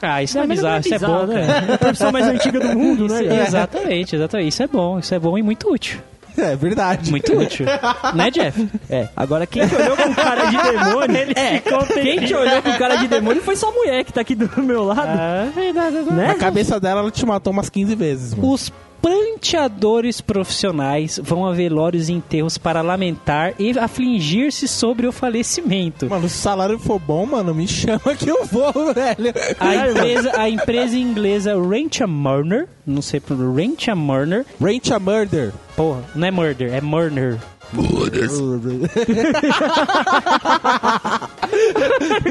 Speaker 2: Ah, isso
Speaker 1: Não,
Speaker 2: é
Speaker 1: mas
Speaker 2: bizarro,
Speaker 1: não
Speaker 2: isso é bom,
Speaker 1: né?
Speaker 2: cara.
Speaker 1: É a profissão mais antiga do mundo, né?
Speaker 2: Isso-
Speaker 1: cara?
Speaker 2: exatamente, exatamente. Isso é bom, isso é bom e muito útil.
Speaker 3: É verdade.
Speaker 2: Muito útil. né, Jeff? É.
Speaker 1: É, agora quem te olhou com cara de demônio, ele ficou um Quem te olhou com cara de demônio foi só a mulher que tá aqui do meu lado,
Speaker 2: Ah, verdade, verdade.
Speaker 1: né?
Speaker 3: A cabeça dela, ela te matou umas 15 vezes, mano.
Speaker 2: Os pranteadores profissionais vão a velórios e enterros para lamentar e afligir-se sobre o falecimento.
Speaker 3: Mano, se o salário for bom, mano, me chama que eu vou, velho.
Speaker 2: A empresa, a empresa inglesa Rent a Murner, não sei por Rent a Murner,
Speaker 3: Rent a murder.
Speaker 2: porra, não é murder, é murder.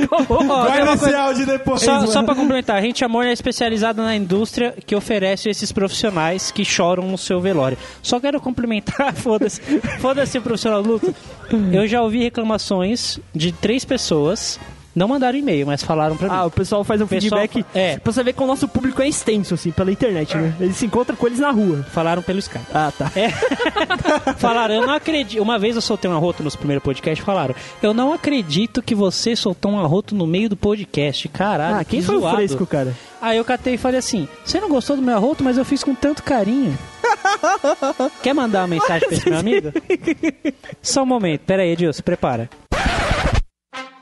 Speaker 2: Ó, ó, tem uma coisa-
Speaker 3: áudio depois,
Speaker 2: Só, só pra complementar, a Rente a Morna é especializada na indústria que oferece esses profissionais que choram no seu velório. Só quero complementar, foda-se, foda-se o profissional do luto. Eu já ouvi reclamações de três pessoas Não mandaram e-mail, mas falaram pra mim.
Speaker 1: Ah, o pessoal faz um
Speaker 2: Pessoal
Speaker 1: feedback.
Speaker 2: fa- é.
Speaker 1: Pra você ver que o nosso público é extenso, assim, pela internet, né? Eles se encontram com eles na rua.
Speaker 2: Falaram pelo Skype.
Speaker 1: Ah, tá.
Speaker 2: É. Falaram, eu não acredito. Uma vez eu soltei um arroto nos primeiros podcasts, falaram, eu não acredito que você soltou um arroto no meio do podcast. Caralho,
Speaker 1: ah, quem
Speaker 2: que
Speaker 1: foi o
Speaker 2: zoado.
Speaker 1: fresco, cara?
Speaker 2: Aí eu catei e falei assim: Você não gostou do meu arroto, mas eu fiz com tanto carinho. Quer mandar uma mensagem pra esse meu amigo? Só um momento, pera aí, Edilson, prepara.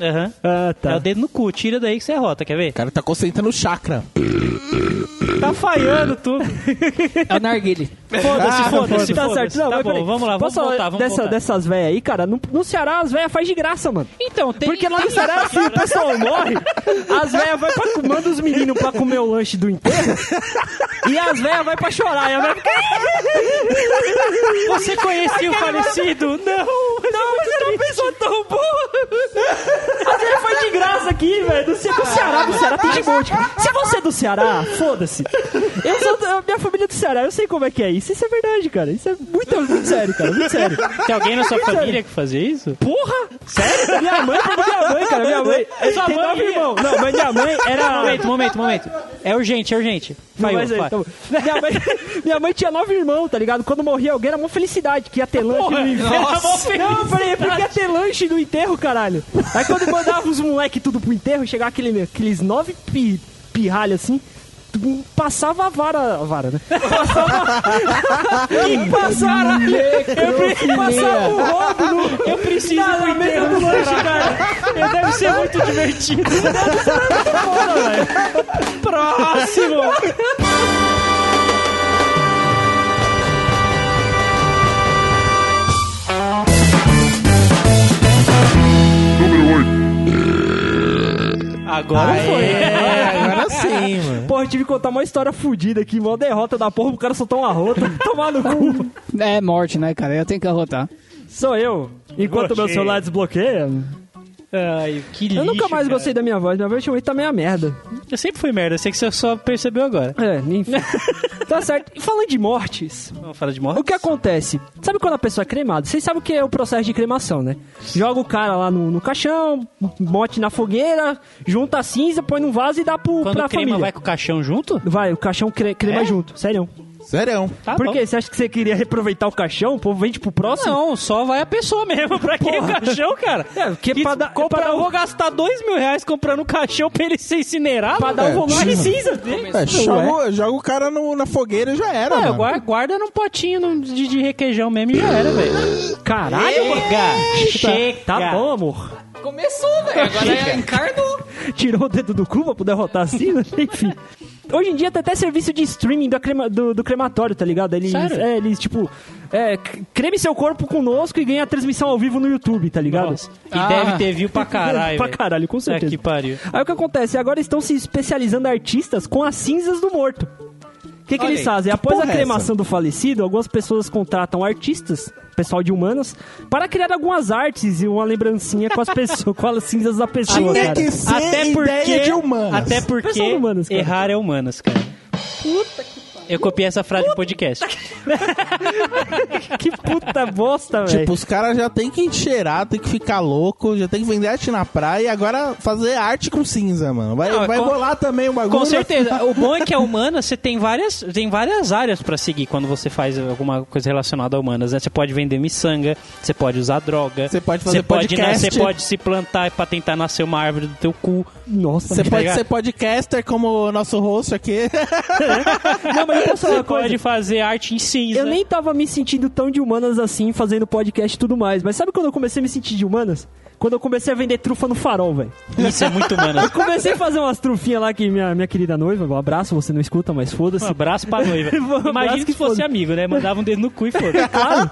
Speaker 2: Aham.
Speaker 1: Ah,
Speaker 2: É o
Speaker 1: tá.
Speaker 2: dedo no cu, tira daí que você é rota, quer ver?
Speaker 3: O cara tá concentrando o chakra.
Speaker 2: Tá falhando tudo.
Speaker 5: É o narguilha.
Speaker 2: Foda-se, Ah, foda-se,
Speaker 1: Tá
Speaker 2: foda-se.
Speaker 1: certo, não,
Speaker 2: tá
Speaker 1: mas
Speaker 2: bom,
Speaker 1: peraí.
Speaker 2: vamos lá, vamos
Speaker 1: Posso falar
Speaker 2: voltar, vamos
Speaker 1: dessa,
Speaker 2: voltar.
Speaker 1: Dessas velhas aí, cara, no, no Ceará as velhas faz de graça, mano.
Speaker 2: Então, tem...
Speaker 1: Porque lá no Ceará, se o pessoal morre, as velhas vai pra, manda os meninos pra comer o lanche do enterro e as velhas vai pra chorar. E a véia fica,
Speaker 2: Você conhecia o falecido? Não!
Speaker 1: não, mas era uma pessoa tão boa. As velhas faz de graça aqui, velho. Do Ce- do Ceará, do Ceará tem de monte. cara. Se você é do Ceará, foda-se. Eu sou da- minha família é do Ceará, eu sei como é que é isso. Isso é verdade, cara. Isso é muito, muito sério, cara. Muito sério.
Speaker 2: Tem alguém na sua família que fazia isso?
Speaker 1: Porra! Sério? Minha mãe, minha mãe, cara, minha mãe.
Speaker 2: Sua
Speaker 1: tem
Speaker 2: mãe
Speaker 1: nove
Speaker 2: ia.
Speaker 1: irmãos. Não, mas minha mãe era.
Speaker 2: Momento, momento, momento. É urgente, é urgente.
Speaker 1: Não,
Speaker 2: Vai,
Speaker 1: mas aí,
Speaker 2: vai.
Speaker 1: tá bom. minha, mãe, minha mãe tinha nove irmãos, tá ligado? Quando morria alguém era uma felicidade, que ia ter lanche um no enterro.
Speaker 2: Nossa.
Speaker 1: Não, peraí, porque ia ter lanche no enterro, caralho. Aí quando mandava os moleque tudo pro enterro, chegava aquele, aqueles nove pi, pirralhos assim, tu- passava a vara, a vara, né? Passava... passava... Eu preciso passar o rodo no... Eu preciso na mesa do lanche, cara. Eu deve ser muito divertido. Deve ser muito foda, velho. Próximo!
Speaker 2: Agora foi.
Speaker 3: É, agora sim, mano.
Speaker 1: Porra, eu tive que contar uma história fodida aqui, uma derrota da porra, o cara soltou uma rota, tomar no cu.
Speaker 5: É morte, né, cara? Eu tenho que arrotar.
Speaker 1: Sou eu. Enquanto
Speaker 2: Gostei.
Speaker 1: meu celular desbloqueia,
Speaker 2: Ai, que lixo,
Speaker 1: eu nunca mais
Speaker 2: cara.
Speaker 1: gostei da minha voz. Minha voz ultimamente tá meia merda.
Speaker 2: Eu sempre fui merda, eu sei que você só percebeu agora.
Speaker 1: É, enfim. tá certo. E falando de mortes,
Speaker 2: Vamos falar de morte?
Speaker 1: o que é acontece? Sabe quando a pessoa é cremada? Vocês sabem o que é o processo de cremação, né? Joga o cara lá no, no caixão, bote na fogueira, junta a cinza, põe num vaso e dá pro,
Speaker 2: Quando
Speaker 1: pra
Speaker 2: o crema
Speaker 1: família.
Speaker 2: vai com o caixão junto?
Speaker 1: Vai, o caixão cre- crema
Speaker 2: É?
Speaker 1: junto, sério.
Speaker 3: Sério.
Speaker 2: Tá
Speaker 1: Por
Speaker 2: bom.
Speaker 1: quê? Você acha que você queria reaproveitar o caixão? O povo vende pro próximo?
Speaker 2: Não, só vai a pessoa mesmo. Pra que o
Speaker 1: Porra.
Speaker 2: caixão, cara?
Speaker 1: É, porque pra dar-
Speaker 2: compra-
Speaker 1: pra dar- um
Speaker 2: eu vou gastar dois mil reais comprando um caixão pra ele ser incinerado?
Speaker 1: Pra dar o
Speaker 3: É,
Speaker 1: volume
Speaker 3: tira.
Speaker 1: cinza.
Speaker 3: É, joga, joga o cara no- na fogueira e já era,
Speaker 2: É,
Speaker 3: mano.
Speaker 2: guarda, guarda num potinho num- de, de requeijão mesmo e já era, velho.
Speaker 1: Caralho, mano.
Speaker 2: Chega! Chega!
Speaker 1: Tá bom, amor.
Speaker 4: Começou, velho. Agora é encarnou.
Speaker 1: Tirou o dedo do cu pra poder rotar assim, né? Enfim. Hoje em dia tem até serviço de streaming do, crema- do- do crematório, tá ligado? Eles,
Speaker 2: Sério?
Speaker 1: é, eles tipo, é, c- creme seu corpo conosco e ganha a transmissão ao vivo no YouTube, tá ligado?
Speaker 2: Nossa, E
Speaker 4: Ah.
Speaker 2: deve ter view pra caralho,
Speaker 1: pra
Speaker 2: velho.
Speaker 1: caralho, com
Speaker 2: Puta
Speaker 1: certeza.
Speaker 2: que pariu.
Speaker 1: Aí o que acontece? Agora estão se especializando artistas com as cinzas do morto. O que, que
Speaker 3: Olha
Speaker 1: eles
Speaker 3: aí,
Speaker 1: fazem?
Speaker 3: que
Speaker 1: Após a
Speaker 3: porra é
Speaker 1: cremação do falecido, algumas pessoas contratam artistas, pessoal de humanas, para criar algumas artes e uma lembrancinha com as pessoas, com as cinzas da pessoa,
Speaker 3: Tinha
Speaker 1: cara.
Speaker 3: É que ser
Speaker 2: Até
Speaker 3: ideia
Speaker 2: porque,
Speaker 3: de humanas.
Speaker 2: até porque
Speaker 1: Pessoal de humanas, cara.
Speaker 2: errar é humanas, cara. Eu copiei essa frase do podcast.
Speaker 1: Que puta bosta, velho.
Speaker 3: Tipo, os caras já tem que cheirar, tem que ficar louco, já tem que vender arte na praia e agora fazer arte com cinza, mano. Vai,
Speaker 2: Não,
Speaker 3: vai
Speaker 2: com-
Speaker 3: rolar também o bagulho.
Speaker 2: Com certeza. O bom é que a humana, você tem várias, tem várias áreas pra seguir quando você faz alguma coisa relacionada a humanas, né? Você pode vender miçanga, você pode usar droga.
Speaker 3: Você pode fazer
Speaker 2: você pode, né,
Speaker 3: podcast.
Speaker 2: Você pode se plantar pra tentar nascer uma árvore do teu cu.
Speaker 1: Nossa,
Speaker 3: Você
Speaker 2: tá
Speaker 1: velho.
Speaker 3: pode ser podcaster como o nosso host aqui.
Speaker 1: Não, mas eu posso falar
Speaker 2: Você
Speaker 1: uma
Speaker 3: é
Speaker 1: coisa.
Speaker 2: pode fazer arte em cinza.
Speaker 1: Eu nem tava me sentindo tão de humanas assim, fazendo podcast e tudo mais. Mas sabe quando eu comecei a me sentir de humanas? Quando eu comecei a vender trufa no farol, velho.
Speaker 2: Isso é muito humano.
Speaker 1: Comecei a fazer umas trufinhas lá que minha, minha querida noiva, um abraço, você não escuta, mas
Speaker 2: Um
Speaker 1: foda-se.
Speaker 2: abraço pra noiva.
Speaker 1: Um abraço
Speaker 2: Imagina
Speaker 1: que
Speaker 2: que fosse
Speaker 1: foda.
Speaker 2: amigo, né? Mandava um dedo no cu e foda.
Speaker 1: Claro.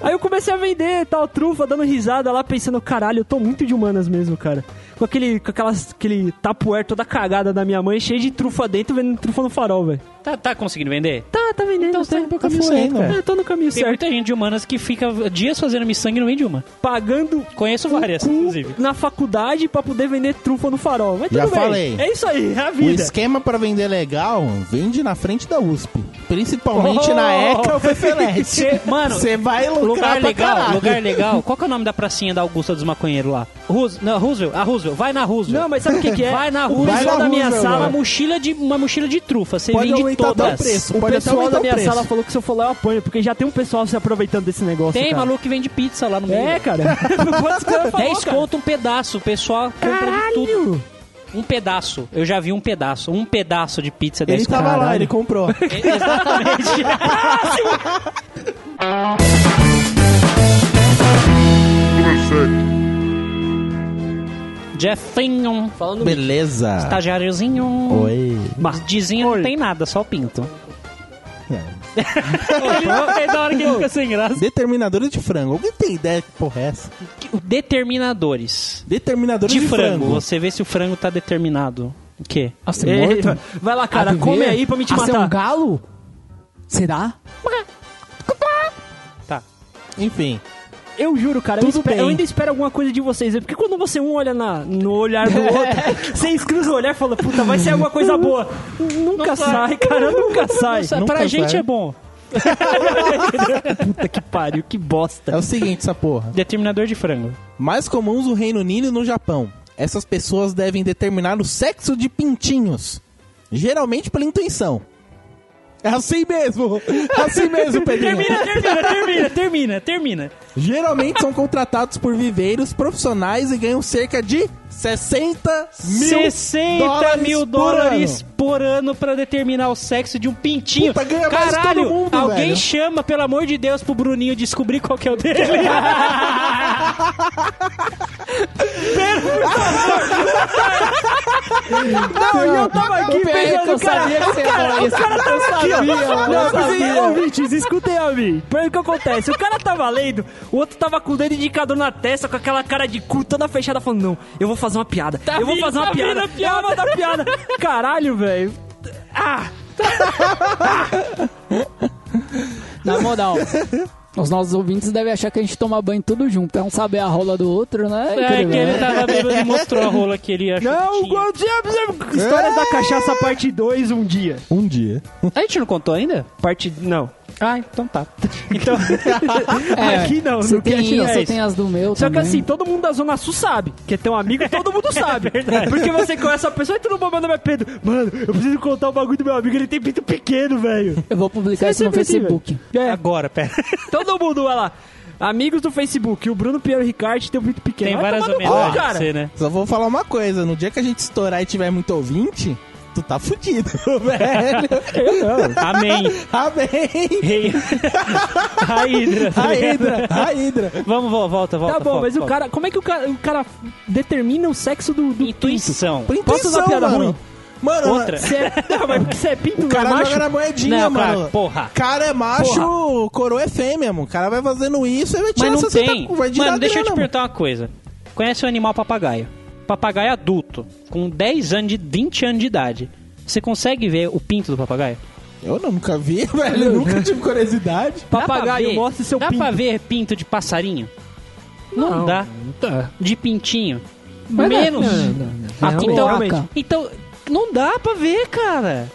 Speaker 1: Aí eu comecei a vender tal trufa, dando risada lá, pensando, caralho, eu tô muito de humanas mesmo, cara. Com aquele, com aquelas, aquele tapuér toda cagada da minha mãe, cheio de trufa dentro, vendendo trufa no farol, velho.
Speaker 2: Tá, tá conseguindo vender?
Speaker 1: Tá, tá vendendo.
Speaker 2: Então
Speaker 1: tá,
Speaker 2: você tá indo pro
Speaker 1: tá
Speaker 2: caminho
Speaker 1: fluindo,
Speaker 3: certo,
Speaker 1: é, Eu tô no caminho
Speaker 2: Tem
Speaker 1: certo.
Speaker 2: muita gente de humanas que fica dias fazendo miçanga e não vende uma.
Speaker 1: Pagando
Speaker 2: Conheço várias,
Speaker 1: o cu
Speaker 2: inclusive.
Speaker 1: na faculdade pra poder vender trufa no farol. Mas
Speaker 3: Já
Speaker 1: tudo bem.
Speaker 3: falei.
Speaker 1: É isso aí, é a
Speaker 3: O
Speaker 1: vida.
Speaker 3: esquema para vender legal vende na frente da USP. Principalmente
Speaker 2: Oh!
Speaker 3: na ECA ou Fefelete.
Speaker 2: Cê- mano,
Speaker 3: Você vai
Speaker 1: é um
Speaker 3: lucrar
Speaker 2: Lugar
Speaker 3: pra
Speaker 2: legal,
Speaker 3: caralho.
Speaker 2: lugar legal. Qual que é o nome da pracinha da Augusta dos Maconheiros lá? Roos- não, Roosevelt, a Roosevelt, vai na Roosevelt.
Speaker 1: Não, mas sabe o que, que é?
Speaker 2: Vai na
Speaker 1: o
Speaker 2: Roosevelt.
Speaker 1: pessoal
Speaker 3: Vai na
Speaker 1: da minha
Speaker 3: Roosevelt,
Speaker 1: sala
Speaker 2: Uma
Speaker 3: mano.
Speaker 2: mochila de uma mochila de trufa, você
Speaker 3: Pode
Speaker 2: vende
Speaker 3: aumentar, dá o
Speaker 2: todas.
Speaker 3: preço.
Speaker 1: O
Speaker 3: Pode
Speaker 1: pessoal
Speaker 3: aumentar
Speaker 1: da
Speaker 3: o
Speaker 1: minha
Speaker 3: preço.
Speaker 1: sala falou que se eu falar eu apanho, porque já tem um pessoal se aproveitando desse negócio.
Speaker 2: Tem
Speaker 1: cara.
Speaker 2: maluco que vende pizza lá no meio.
Speaker 1: É, cara. Quantos caras falou,
Speaker 2: 10
Speaker 1: cara?
Speaker 2: conto um pedaço, o pessoal compra de tudo.
Speaker 1: Caralho!
Speaker 2: Um pedaço. Eu já vi um pedaço, um pedaço de pizza
Speaker 3: Ele
Speaker 2: 10
Speaker 3: tava lá,
Speaker 1: caralho.
Speaker 3: ele comprou.
Speaker 2: Jeffinho, falando um.
Speaker 3: Beleza.
Speaker 2: estagiáriozinho.
Speaker 3: Oi.
Speaker 2: Mas dizinho não tem nada, só o pinto. ele não tem da hora que ele fica sem graça.
Speaker 3: Determinadores de frango. Alguém tem ideia que porra é essa?
Speaker 2: Determinadores.
Speaker 3: Determinadores
Speaker 2: De,
Speaker 3: de,
Speaker 2: frango. Você vê se o frango tá determinado. O quê?
Speaker 5: Nossa,
Speaker 3: é
Speaker 1: Ei,
Speaker 5: morto.
Speaker 1: vai lá, cara,
Speaker 5: A viver?
Speaker 1: come aí pra me te
Speaker 5: a ser um
Speaker 1: matar.
Speaker 5: galo? Será?
Speaker 3: Enfim.
Speaker 1: Eu juro, cara, eu,
Speaker 5: Tudo
Speaker 1: espero-
Speaker 5: bem.
Speaker 1: eu ainda espero alguma coisa de vocês. né? Porque quando você um olha na- no olhar do outro, vocês cruzam o olhar e falam, puta, vai sair alguma coisa boa. Nunca sai, cara, nunca sai.
Speaker 3: Nunca
Speaker 2: pra
Speaker 3: vai.
Speaker 2: gente é bom.
Speaker 1: Puta que pariu, que bosta.
Speaker 3: É o seguinte, essa porra.
Speaker 2: Determinador de frango.
Speaker 3: Mais comuns no Reino Unido e no Japão. Essas pessoas devem determinar o sexo de pintinhos. Geralmente pela intuição. É assim mesmo. É assim mesmo, Pedrinho.
Speaker 1: né?
Speaker 2: Termina, termina, termina, termina, termina.
Speaker 3: Geralmente são contratados por viveiros profissionais e ganham cerca de 60 mil
Speaker 2: 60
Speaker 3: dólares
Speaker 2: mil
Speaker 3: por
Speaker 2: dólares
Speaker 3: ano.
Speaker 2: por ano pra determinar o sexo de um pintinho.
Speaker 3: Puta, ganha mais que
Speaker 2: Caralho,
Speaker 3: todo mundo,
Speaker 2: alguém
Speaker 3: velho.
Speaker 2: chama, pelo amor de Deus, pro Bruninho descobrir qual que é o dele.
Speaker 1: Não, e eu tava aqui
Speaker 5: O pior é que
Speaker 1: pensando,
Speaker 5: eu
Speaker 1: cara,
Speaker 5: sabia que você ia falar isso.
Speaker 1: eu tava aqui, ó. Não, eu pensei,
Speaker 5: sabia.
Speaker 1: ouvintes, escutem a mim. Pra ver o que acontece. O cara tava lendo, o outro tava com o dedo indicador na testa, com aquela cara de cu toda fechada, falando, não, eu vou fazer uma piada. eu vou
Speaker 2: vindo,
Speaker 1: fazer uma
Speaker 2: tá
Speaker 1: piada.
Speaker 2: vindo a piada.
Speaker 1: Eu vou dar piada. Caralho, velho.
Speaker 5: Na moral. Os nossos ouvintes devem achar que a gente toma banho tudo junto. É um saber a rola do outro, né?
Speaker 2: É, que
Speaker 5: Incrível,
Speaker 2: ele
Speaker 1: tá-
Speaker 5: né?
Speaker 2: tava bêbado e mostrou a rola que ele achou que
Speaker 1: Não,
Speaker 2: tinha.
Speaker 1: quando tinha- Histórias da Cachaça, parte 2, um dia.
Speaker 3: Um dia.
Speaker 2: A gente não contou ainda?
Speaker 1: Parte. Não.
Speaker 2: Ah, então tá. Então,
Speaker 5: É,
Speaker 1: Aqui não,
Speaker 5: Você
Speaker 1: no
Speaker 5: tem
Speaker 1: Cash
Speaker 5: isso,
Speaker 1: não é
Speaker 5: você
Speaker 1: isso.
Speaker 5: tem as do meu
Speaker 1: Só que
Speaker 5: também.
Speaker 1: assim, todo mundo da Zona Sul sabe. Que é teu amigo, todo mundo sabe.
Speaker 5: É
Speaker 1: porque você conhece a pessoa e todo mundo manda meu é Pedro. Mano, eu preciso contar o bagulho do meu amigo, ele tem pinto pequeno, velho.
Speaker 5: Eu vou publicar isso no
Speaker 1: Sempre assim,
Speaker 5: Facebook.
Speaker 2: agora, pera.
Speaker 1: Todo mundo, olha lá. Amigos do Facebook, o Bruno Piero Ricard tem um pinto pequeno.
Speaker 2: Tem
Speaker 1: Vai
Speaker 2: várias
Speaker 1: tomar no cu,
Speaker 2: homenagens,
Speaker 1: cara.
Speaker 2: pra você, né?
Speaker 3: Só vou falar uma coisa. No dia que a gente estourar e tiver muito ouvinte, tu tá fudido, velho.
Speaker 2: Amém.
Speaker 3: Amém.
Speaker 2: Rei. A Hidra.
Speaker 3: A Hidra, a Hidra.
Speaker 2: Vamos, vo- volta, volta.
Speaker 1: Tá bom,
Speaker 2: foca,
Speaker 1: mas o
Speaker 2: foca.
Speaker 1: cara. Como é que o cara, o cara determina o sexo do, do
Speaker 2: Intuição.
Speaker 3: Por
Speaker 1: Posso usar
Speaker 3: intuição,
Speaker 1: piada
Speaker 3: mano.
Speaker 1: ruim?
Speaker 3: Mano,
Speaker 2: Outra.
Speaker 1: pinto? Você é, não, mas porque você é pinto, não
Speaker 3: o
Speaker 1: é
Speaker 3: cara
Speaker 1: macho?
Speaker 3: joga na moedinha,
Speaker 2: Não, cara,
Speaker 3: mano.
Speaker 2: porra.
Speaker 3: Cara é macho, coroa é fêmea, mano. O cara vai fazendo isso e vai tirar
Speaker 2: Mas não
Speaker 3: essa
Speaker 2: tem.
Speaker 3: Tá, vai tirar
Speaker 2: Mano, deixa eu te
Speaker 3: grana,
Speaker 2: perguntar uma coisa. Conhece o animal papagaio? Papagaio adulto, com 10 anos de 20 anos de idade. Você consegue ver o pinto do papagaio?
Speaker 3: mano. Eu não, nunca vi, velho. Eu nunca tive curiosidade.
Speaker 2: Dá pra
Speaker 1: Papagaio,
Speaker 2: ver-
Speaker 1: mostre seu
Speaker 2: Dá
Speaker 1: pinto.
Speaker 2: pra ver pinto de passarinho? Não, dá. De pintinho?
Speaker 5: Mas
Speaker 1: é-
Speaker 5: não-
Speaker 2: Menos.
Speaker 5: não, não,
Speaker 2: Ah,
Speaker 5: não.
Speaker 2: então,
Speaker 5: Caraca.
Speaker 2: então, não dá pra ver, cara.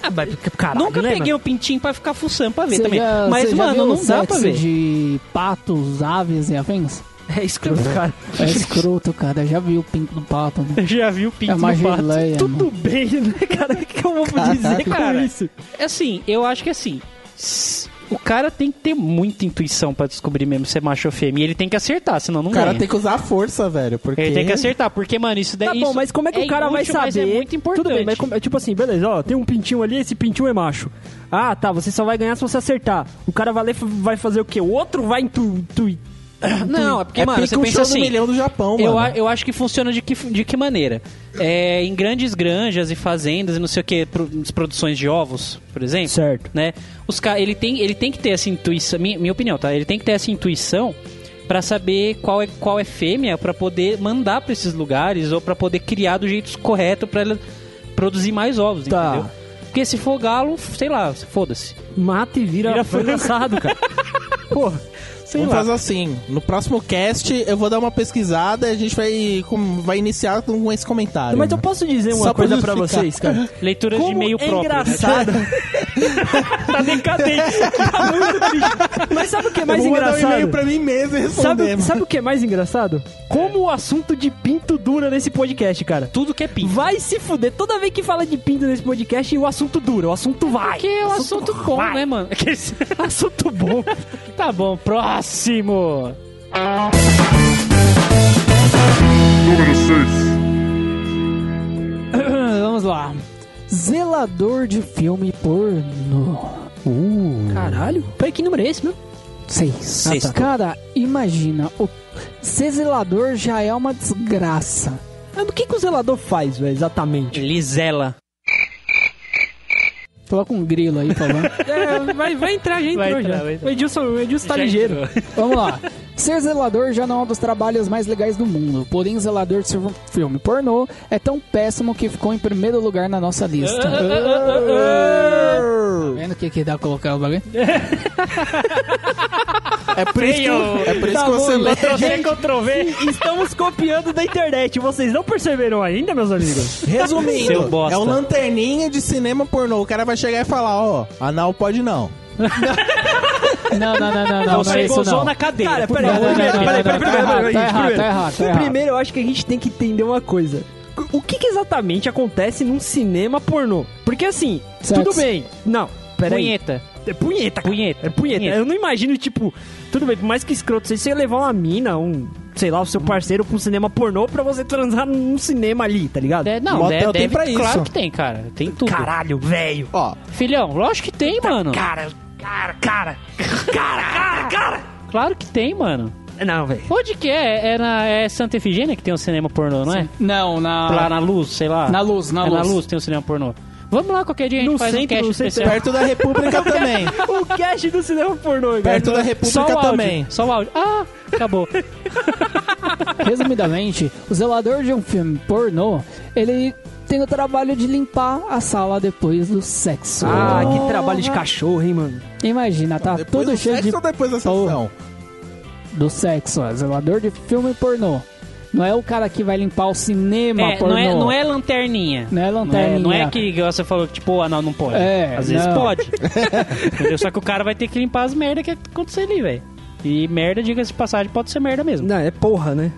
Speaker 1: Ah, mas caralho,
Speaker 2: Nunca
Speaker 1: né,
Speaker 2: peguei
Speaker 1: mano?
Speaker 2: um pintinho pra ficar fuçando pra ver
Speaker 5: Você
Speaker 2: também.
Speaker 5: já- você
Speaker 2: Mas,
Speaker 5: já
Speaker 2: mano,
Speaker 5: viu
Speaker 2: não
Speaker 5: o
Speaker 2: dá
Speaker 5: sexo
Speaker 2: pra ver.
Speaker 5: de patos, aves e afins?
Speaker 1: É escroto, cara.
Speaker 5: É escroto, cara. Eu já vi o pinto do pato. né?
Speaker 2: Eu já vi o pinto
Speaker 5: É
Speaker 2: do
Speaker 5: uma
Speaker 2: pato.
Speaker 5: geleia. mano.
Speaker 1: Tudo bem, né, cara? O que eu vou dizer com
Speaker 2: Cara,
Speaker 1: isso? Tá
Speaker 2: É Assim, eu acho que assim. s- O cara tem que ter muita intuição pra descobrir mesmo se é macho ou fêmea. E ele tem que acertar, senão não
Speaker 3: O cara
Speaker 2: ganha.
Speaker 3: tem que usar a força, velho. Porque...
Speaker 2: Ele tem que acertar, porque, mano, isso daí.
Speaker 1: Tá bom,
Speaker 2: isso
Speaker 1: mas como é que o cara
Speaker 2: inútil,
Speaker 1: vai
Speaker 2: mas
Speaker 1: saber?
Speaker 2: É muito importante.
Speaker 1: Tudo bem, mas como- tipo assim, beleza, ó, tem um pintinho ali, esse pintinho é macho. Ah, tá, você só vai ganhar se você acertar. O cara vai, ler- vai fazer o quê? O outro vai intu, intu-
Speaker 2: Não, é porque,
Speaker 3: é
Speaker 2: mano,
Speaker 3: pica
Speaker 2: você
Speaker 3: um
Speaker 2: pensa
Speaker 3: show
Speaker 2: assim.
Speaker 3: do milhão do Japão,
Speaker 2: Eu, a-
Speaker 3: mano.
Speaker 2: eu acho que funciona de que, de que maneira? É, em grandes granjas e fazendas e não sei o que, produções de ovos, por exemplo.
Speaker 1: Certo.
Speaker 2: Né? Os ca- ele, tem, ele tem que ter essa intuição, minha, minha opinião, tá? Ele tem que ter essa intuição pra saber qual é, qual é fêmea pra poder mandar pra esses lugares ou pra poder criar do jeito correto pra ela produzir mais ovos,
Speaker 1: Tá.
Speaker 2: entendeu? Porque se for galo, sei lá, foda-se.
Speaker 1: Mata e vira,
Speaker 2: Vira
Speaker 1: foi
Speaker 2: frango.
Speaker 1: lançado, cara. Porra.
Speaker 2: Sei
Speaker 3: Vamos
Speaker 2: lá.
Speaker 3: fazer assim. No próximo cast, eu vou dar uma pesquisada e a gente vai, com- vai iniciar com esse comentário.
Speaker 1: Mas eu posso dizer uma
Speaker 3: Só pra
Speaker 1: coisa pra
Speaker 3: justificar.
Speaker 1: vocês, cara?
Speaker 2: Leituras de
Speaker 1: Como
Speaker 2: meio
Speaker 1: é
Speaker 2: próprio. né?
Speaker 1: engraçado. tá decadente isso aqui, tá muito triste. Mas sabe o que é
Speaker 3: Eu
Speaker 1: mais
Speaker 3: vou mandar um e-mail
Speaker 1: engraçado?
Speaker 3: pra mim mesmo e responder.
Speaker 1: Sabe, sabe o que é mais engraçado? Como o assunto de pinto dura nesse podcast, cara.
Speaker 2: Tudo que é pinto.
Speaker 1: Vai se fuder. Toda vez que fala de pinto nesse podcast, o assunto dura, o assunto vai.
Speaker 2: Que é um assunto bom,
Speaker 1: vai.
Speaker 2: né, mano? Aqueles-
Speaker 1: Assunto bom.
Speaker 2: tá bom, próximo.
Speaker 7: Número 6.
Speaker 5: né? Vamos lá. Zelador de filme porno.
Speaker 1: Caralho. Peraí, que número é esse, meu?
Speaker 5: Seis.
Speaker 2: Ah, tá.
Speaker 5: Cara, imagina. O... Ser zelador já é uma desgraça.
Speaker 1: Mas o que, que o zelador faz, velho, exatamente?
Speaker 2: Lisela.
Speaker 5: Coloca um grilo aí falando.
Speaker 1: É, vai, vai entrar, já entrou
Speaker 2: Vai entrar,
Speaker 1: já.
Speaker 2: vai entrar.
Speaker 1: O Edilson, o Edilson tá
Speaker 2: Já
Speaker 1: ligeiro.
Speaker 5: Vamos lá. Ser zelador já não é um dos trabalhos mais legais do mundo. Porém, zelador de um filme pornô é tão péssimo que ficou em primeiro lugar na nossa lista.
Speaker 2: ah,
Speaker 5: Tá vendo o que, que dá pra colocar o bagulho?
Speaker 3: É por isso que, é por isso
Speaker 1: Tá
Speaker 3: que
Speaker 1: bom,
Speaker 3: você lê.
Speaker 1: Ctrl C, Ctrl V. Estamos copiando da internet. Vocês não perceberam ainda, meus amigos?
Speaker 2: Seu
Speaker 3: Resumindo,
Speaker 2: bosta.
Speaker 3: é um lanterninha de cinema pornô. O cara vai chegar e falar, ó, anal pode não.
Speaker 5: Não, não, não, não, não, não é
Speaker 2: Você
Speaker 5: isso
Speaker 2: gozou
Speaker 5: não.
Speaker 2: na cadeira.
Speaker 1: Cara,
Speaker 2: Por
Speaker 1: peraí,
Speaker 5: Não,
Speaker 2: favor,
Speaker 5: não, não,
Speaker 1: primeiro,
Speaker 5: não,
Speaker 1: peraí,
Speaker 5: não,
Speaker 1: peraí,
Speaker 5: não,
Speaker 1: peraí,
Speaker 5: tá
Speaker 1: peraí,
Speaker 5: errado,
Speaker 1: primeiro.
Speaker 5: tá errado, tá
Speaker 1: O
Speaker 5: errado.
Speaker 1: primeiro, eu acho que a gente tem que entender uma coisa. O que, que exatamente acontece num cinema pornô? Porque assim,
Speaker 5: Sexo.
Speaker 1: tudo bem. Não, peraí.
Speaker 2: Punheta.
Speaker 1: É punheta, cara.
Speaker 2: Punheta.
Speaker 1: É punheta. Eu não imagino, tipo, tudo bem, por mais que escroto seja, você levar uma mina, um, sei lá, o seu parceiro pra um cinema pornô pra você transar num cinema ali, tá ligado?
Speaker 5: É,
Speaker 2: De- É, não,
Speaker 3: Motel
Speaker 2: de-
Speaker 3: tem
Speaker 2: deve,
Speaker 3: pra isso.
Speaker 2: Claro que tem, cara. Tem tudo.
Speaker 1: Caralho, velho.
Speaker 3: Ó,
Speaker 2: Filhão, lógico que tem, mano.
Speaker 1: Cara, cara, cara, cara, cara, cara.
Speaker 2: Claro que tem, mano.
Speaker 1: Não, velho.
Speaker 2: Onde que é? É, na, é Santa Efigênia que tem um cinema pornô, não é?
Speaker 5: Não, na.
Speaker 2: Lá na luz, sei lá.
Speaker 5: Ah. Na Luz, na
Speaker 2: É na
Speaker 5: Luz.
Speaker 2: luz tem um cinema pornô. Vamos lá, qualquer dia a gente
Speaker 1: No
Speaker 2: faz um
Speaker 1: centro,
Speaker 2: cast
Speaker 1: no centro.
Speaker 2: especial.
Speaker 3: perto da República também.
Speaker 1: O cast do cinema pornô, velho.
Speaker 3: Perto da
Speaker 2: Só
Speaker 3: República
Speaker 2: o áudio.
Speaker 3: também.
Speaker 2: Só o áudio. Ah, acabou.
Speaker 5: Resumidamente, o zelador de um filme pornô, ele tem o trabalho de limpar a sala depois do sexo.
Speaker 1: Ah, que trabalho de cachorro, hein, mano.
Speaker 5: Imagina, tá
Speaker 3: Depois
Speaker 5: tudo
Speaker 3: do
Speaker 5: cheio
Speaker 3: sexo
Speaker 5: de
Speaker 3: ou depois da sessão?
Speaker 5: do sexo, ó, zelador de filme pornô. Não é o cara que vai limpar o cinema
Speaker 2: É,
Speaker 5: pornô.
Speaker 2: não, é, não é lanterninha.
Speaker 5: Não é lanterninha.
Speaker 2: Não é, não é que você falou, tipo, ah, não, não pode.
Speaker 5: É,
Speaker 2: Às vezes
Speaker 5: não.
Speaker 2: pode. Entendeu? Só que o cara vai ter que limpar as merdas que aconteceu ali, velho. E merda, diga-se de passagem, pode ser merda mesmo.
Speaker 1: Não, é porra, né?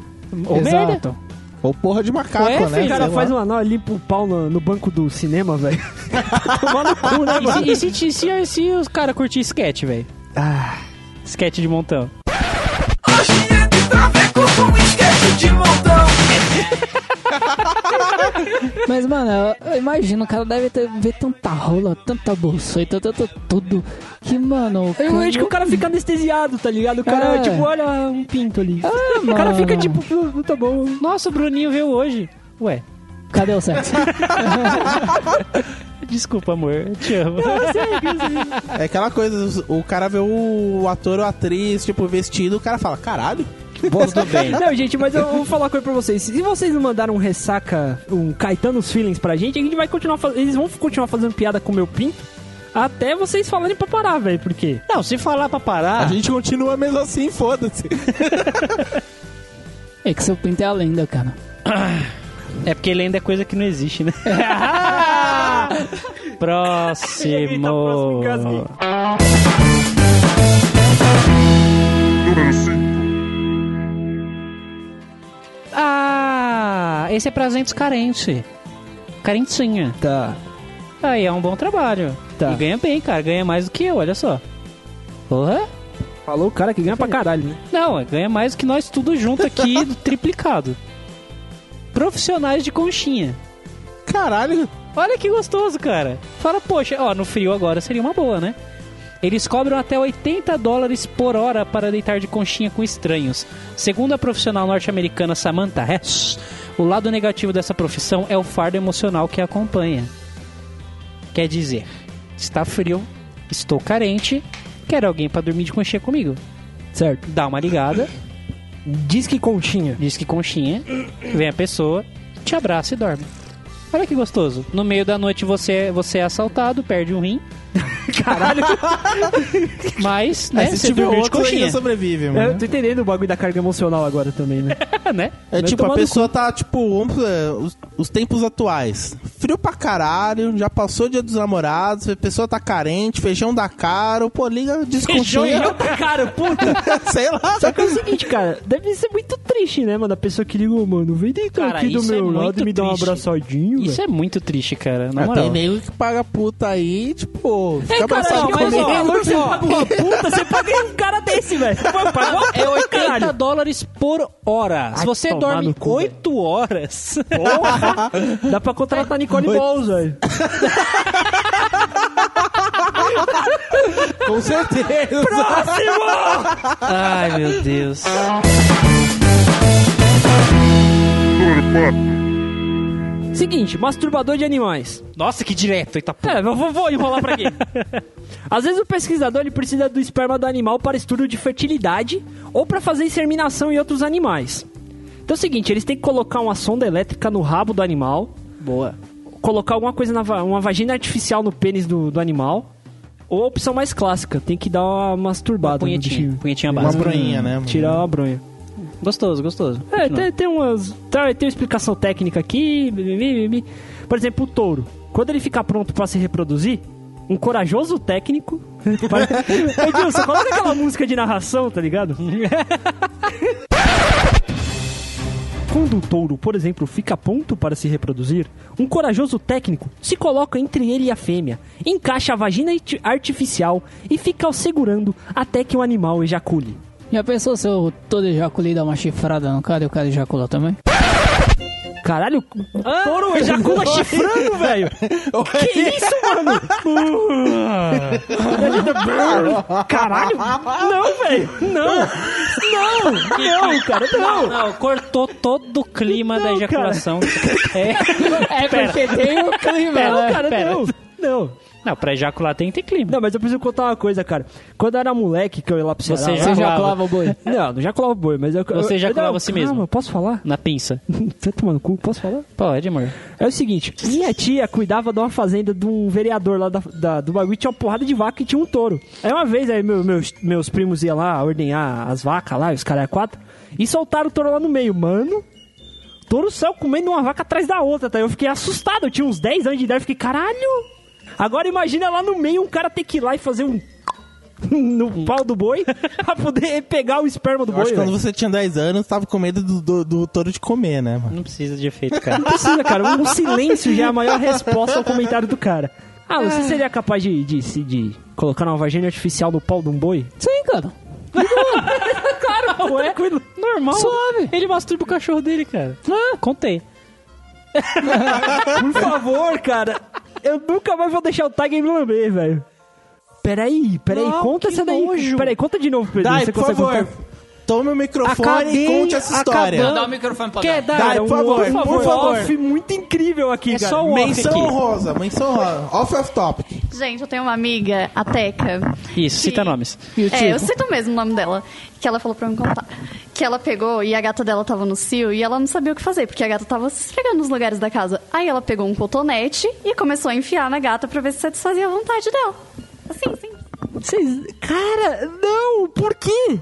Speaker 2: Ou merda.
Speaker 5: Exato.
Speaker 3: Ou porra de
Speaker 1: É,
Speaker 3: macaco,
Speaker 2: Ué,
Speaker 3: né?
Speaker 1: o cara
Speaker 3: Sei
Speaker 1: faz
Speaker 3: lá.
Speaker 1: um anel e limpa o pau no, no banco do cinema, velho. Tomar no cu, né, mano?
Speaker 2: E se, e se, se- se os caras curtir sketch, velho?
Speaker 1: Ah,
Speaker 2: Sketch de montão.
Speaker 5: Mas, mano, eu, eu imagino, o cara deve ter, ver tanta rola, tanta bolseta, tanto tudo. Que, mano. o
Speaker 1: eu
Speaker 5: cara-
Speaker 1: acho um que o cara fica anestesiado, tá ligado? O cara,
Speaker 5: É.
Speaker 1: tipo, olha um pinto ali.
Speaker 5: Ah,
Speaker 1: o cara
Speaker 5: mano.
Speaker 1: fica tipo, "Ah, tá bom.
Speaker 2: Nossa, o Bruninho veio hoje. Ué,
Speaker 5: Cadê o sexo?
Speaker 2: desculpa, amor. Eu te amo.
Speaker 3: É aquela coisa, o cara vê o ator ou atriz, tipo, vestido, o cara fala, caralho.
Speaker 2: Tudo bem.
Speaker 1: Não, gente, mas eu vou falar uma coisa pra vocês. Se vocês não mandaram um ressaca, um Caetano's Feelings pra gente, a gente vai continuar fazendo. Eles vão continuar fazendo piada com o meu pinto até vocês falarem pra parar, velho. Por quê?
Speaker 2: Não, se falar pra
Speaker 3: A
Speaker 2: parar.
Speaker 3: gente continua mesmo assim, foda-se.
Speaker 5: é que seu pinto é a lenda, cara.
Speaker 2: É porque ele ainda é coisa que não existe, né?
Speaker 1: Eita, próximo caso
Speaker 2: Próximo.
Speaker 1: aqui.
Speaker 7: Número 5.
Speaker 2: Ah, esse é pra gente carente. Carentinha.
Speaker 1: Tá.
Speaker 2: Aí é um bom trabalho.
Speaker 1: Tá.
Speaker 2: E ganha bem, cara. Ganha mais do que eu, olha só. Porra?
Speaker 1: Falou o cara que ganha pra caralho, né?
Speaker 2: Não, ganha mais do que nós tudo junto aqui, triplicado. Profissionais de conchinha.
Speaker 3: Caralho.
Speaker 2: Olha que gostoso, cara. Fala, poxa, ó, no frio agora seria uma boa, né? Eles cobram até 80 dólares por hora para deitar de conchinha com estranhos. Segundo a profissional norte-americana Samantha Hess, o lado negativo dessa profissão é o fardo emocional que a acompanha. Quer dizer, está frio, estou carente, quero alguém para dormir de conchinha comigo.
Speaker 1: Certo.
Speaker 2: Dá uma ligada,
Speaker 1: Diz que continha.
Speaker 2: diz que conchinha, vem a pessoa, te abraça e dorme. Olha que gostoso. No meio da noite você, você é assaltado, perde um rim. Caralho! Mas, né,
Speaker 3: É,
Speaker 2: você dormiu de conchinha.
Speaker 3: ainda sobrevive, mano.
Speaker 1: Eu tô entendendo o bagulho da carga emocional agora também, né?
Speaker 2: né?
Speaker 3: É
Speaker 1: Vai
Speaker 3: tipo,
Speaker 1: tomar
Speaker 3: a
Speaker 1: no
Speaker 3: pessoa tá, tipo, vamos, é, os, os tempos atuais. Frio pra caralho, já passou o dia dos namorados, a pessoa tá carente, feijão dá caro, pô, liga, desconfia.
Speaker 1: cara, puta!
Speaker 3: Sei lá.
Speaker 1: Só que é o seguinte, cara, deve ser muito triste, né, mano? A pessoa que liga, "Ô, mano, vem deitar
Speaker 2: Cara,
Speaker 1: aqui do
Speaker 2: isso é
Speaker 1: meu lado
Speaker 2: muito
Speaker 1: e me dá um
Speaker 2: triste.
Speaker 1: abraçadinho,
Speaker 2: Isso
Speaker 1: velho.
Speaker 2: é muito triste, cara. Na
Speaker 3: Ah,
Speaker 2: moral.
Speaker 3: tem nego que paga puta aí, tipo, fica
Speaker 1: Cara,
Speaker 3: abraçado
Speaker 1: é- mas,
Speaker 3: comigo.
Speaker 1: ó, você paga uma assim, puta, você paga um cara desse, velho. Pagou uma
Speaker 2: É 80
Speaker 1: caralho.
Speaker 2: dólares por hora. Se
Speaker 1: Ai,
Speaker 2: você
Speaker 1: tomar
Speaker 2: dorme
Speaker 1: no cu,
Speaker 2: 8 horas.
Speaker 1: Dá pra contratar Nicole Balls, velho.
Speaker 3: Com certeza.
Speaker 2: Ai, meu Deus.
Speaker 7: número 4,
Speaker 1: Seguinte, masturbador de animais.
Speaker 2: Nossa, que direto, Itapu.
Speaker 1: É, eu vou, vou enrolar pra quê? Às vezes o pesquisador ele precisa do esperma do animal para estudo de fertilidade ou para fazer inseminação em outros animais. Então é o seguinte, eles têm que colocar uma sonda elétrica no rabo do animal,
Speaker 2: Boa.
Speaker 1: colocar alguma coisa na va- uma vagina artificial no pênis do, do animal. Ou a opção mais clássica, tem que dar uma masturbada.
Speaker 2: Uma punhetinha,
Speaker 1: no bichinho. É,
Speaker 2: punhetinha
Speaker 3: Uma
Speaker 2: básica.
Speaker 3: broinha, né? mano?
Speaker 1: Tirar uma bronha.
Speaker 2: Gostoso, gostoso.
Speaker 1: É,
Speaker 2: Continua.
Speaker 1: tem, tem umas. tá, Tem uma explicação técnica aqui. bibibi, bibi. Por exemplo, o touro. Quando ele ficar pronto pra se reproduzir, um corajoso técnico. Pare- Edilson, coloca aquela música de narração, tá ligado? Quando o touro, por exemplo, fica pronto para se reproduzir, um corajoso técnico se coloca entre ele e a fêmea, encaixa a vagina arti- artificial e fica o segurando até que o animal ejacule.
Speaker 5: Já pensou se eu todo ejaculei dar uma chifrada no cara e o cara ejacular também?
Speaker 1: Caralho, o touro Ah, ejacula chifrando, velho. Que isso,
Speaker 2: Uhum.
Speaker 1: mano? Caralho, não, velho, não. Não, não, cara, não.
Speaker 2: Não, cortou todo o clima da
Speaker 1: Não,
Speaker 2: ejaculação. É.
Speaker 5: É
Speaker 2: Pera.
Speaker 5: porque tem o clima,
Speaker 1: Não,
Speaker 5: né?
Speaker 1: um cara, não. Não.
Speaker 2: Não, pra ejacular tem que ter clima.
Speaker 1: Não, mas eu preciso contar uma coisa, cara. Quando eu era moleque, que eu ia lá pro Ceará...
Speaker 2: Você
Speaker 1: lá-
Speaker 5: Você ejaculava o boi?
Speaker 1: Não, não ejaculava boi, mas eu...
Speaker 2: Você
Speaker 1: eu-
Speaker 2: ejaculava
Speaker 1: não,
Speaker 2: a si mesmo.
Speaker 1: calma, posso falar?
Speaker 2: Na pinça.
Speaker 1: Você tá tomando cu, posso falar?
Speaker 2: Pode, amor.
Speaker 1: É o seguinte, minha tia cuidava de uma fazenda de um vereador lá da, da- do bagulho, tinha uma porrada de vaca e tinha um touro. Aí uma vez, aí meu- meus, meus primos iam lá ordenhar as vacas lá, os caras é quatro, e soltaram o touro lá no meio. Mano, o touro saiu comendo uma vaca atrás da outra, tá? Eu fiquei assustado, eu tinha uns 10 anos de idade, eu fiquei, caralho! Agora imagina lá no meio um cara ter que ir lá e fazer um... no pau do boi, pra poder pegar o esperma do
Speaker 3: Eu
Speaker 1: boi.
Speaker 3: acho que
Speaker 1: velho.
Speaker 3: quando você tinha 10 anos, tava com medo do, do, do touro de comer, né, mano?
Speaker 2: Não precisa de efeito, cara.
Speaker 1: Não precisa, cara. Um silêncio já é a maior resposta ao comentário do cara. Ah,
Speaker 2: É.
Speaker 1: você seria capaz de, de, se- de colocar uma vagina artificial no pau de um boi?
Speaker 5: Sim, cara.
Speaker 1: Cara, ué, tranquilo.
Speaker 2: Normal.
Speaker 5: Suave.
Speaker 2: Ele masturba o cachorro dele, cara. Ah, contei.
Speaker 1: Por favor, cara. Eu nunca mais vou deixar o Tiger me lamber, velho. Peraí, peraí,
Speaker 2: Não,
Speaker 1: conta
Speaker 2: que
Speaker 1: essa daí.
Speaker 2: nojo.
Speaker 1: Peraí, conta de novo, Pedro.
Speaker 3: Dai,
Speaker 1: você
Speaker 3: por
Speaker 1: consegue
Speaker 3: favor,
Speaker 1: contar?
Speaker 3: tome o microfone
Speaker 2: Acabei
Speaker 3: e conte essa história.
Speaker 2: acabando.
Speaker 5: o microfone pra
Speaker 2: Quer dar?
Speaker 3: Dai,
Speaker 1: um
Speaker 3: por favor,
Speaker 1: off,
Speaker 3: por
Speaker 1: um
Speaker 3: favor.
Speaker 1: off muito incrível aqui,
Speaker 2: É
Speaker 1: cara.
Speaker 2: só o off
Speaker 3: Menção
Speaker 2: aqui.
Speaker 3: honrosa, menção honrosa. Off of topic.
Speaker 8: Gente, eu tenho uma amiga, a Teca.
Speaker 2: Isso, cita
Speaker 8: que-
Speaker 2: nomes.
Speaker 8: É, eu cito mesmo o nome dela. Que ela falou pra me contar. Que ela pegou e a gata dela tava no cio e ela não sabia o que fazer, porque a gata tava se esfregando nos lugares da casa. Aí ela pegou um cotonete e começou a enfiar na gata pra ver se satisfazia a vontade dela. Assim, sim.
Speaker 1: Vocês... Cara, não, por quê?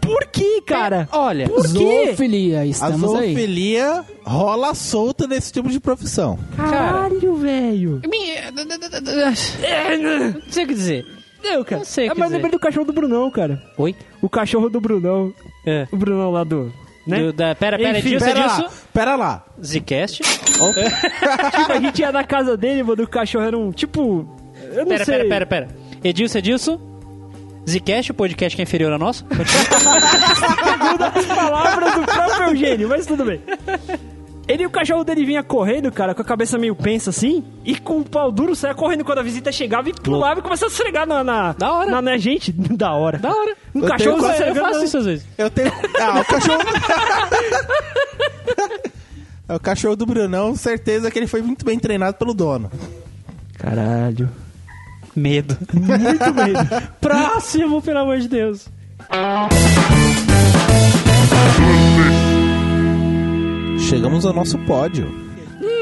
Speaker 1: Por quê, cara?
Speaker 2: É, Olha,
Speaker 1: Por quê?
Speaker 5: Zoofilia,
Speaker 3: A
Speaker 5: estamos aí.
Speaker 3: zoofilia rola solta nesse tipo de profissão.
Speaker 1: Caralho, velho.
Speaker 2: não sei o que dizer.
Speaker 1: Não, cara.
Speaker 2: Não É sei o
Speaker 1: Ah,
Speaker 2: que
Speaker 1: mas
Speaker 2: dizer.
Speaker 1: lembrei do cachorro do Brunão, cara.
Speaker 2: Oi?
Speaker 1: O cachorro do Brunão.
Speaker 2: É.
Speaker 1: O Brunão lá do. Né?
Speaker 2: Do- da- pera, pera,
Speaker 1: Enfim,
Speaker 2: Edilson,
Speaker 3: Pera lá,
Speaker 2: Edilson.
Speaker 3: pera lá.
Speaker 2: Zcast.
Speaker 1: Tipo, a gente ia na casa dele, mano. O cachorro era um. Tipo. Eu não
Speaker 2: Pera,
Speaker 1: sei.
Speaker 2: pera, pera, pera. Edilson, Edilson. Zcast, o podcast que é inferior ao nosso. Continua.
Speaker 1: Palavras do próprio Eugênio, mas tudo bem. Ele e o cachorro dele vinha correndo, cara, com a cabeça meio pensa assim, e com o pau duro saia correndo quando a visita chegava e pulava e começava a esfregar na, na,
Speaker 2: Da hora.
Speaker 1: na, na gente. Da hora.
Speaker 2: Da hora.
Speaker 1: Um
Speaker 3: Eu
Speaker 1: cachorro
Speaker 3: tenho-
Speaker 1: saia
Speaker 2: Eu
Speaker 1: esfregando.
Speaker 2: faço isso às vezes.
Speaker 3: Eu tenho. Ah, o cachorro. É, o cachorro do Brunão, certeza que ele foi muito bem treinado pelo dono.
Speaker 1: Caralho.
Speaker 2: Medo.
Speaker 1: Muito medo.
Speaker 2: Próximo, pelo amor de Deus.
Speaker 3: Chegamos ao nosso pódio.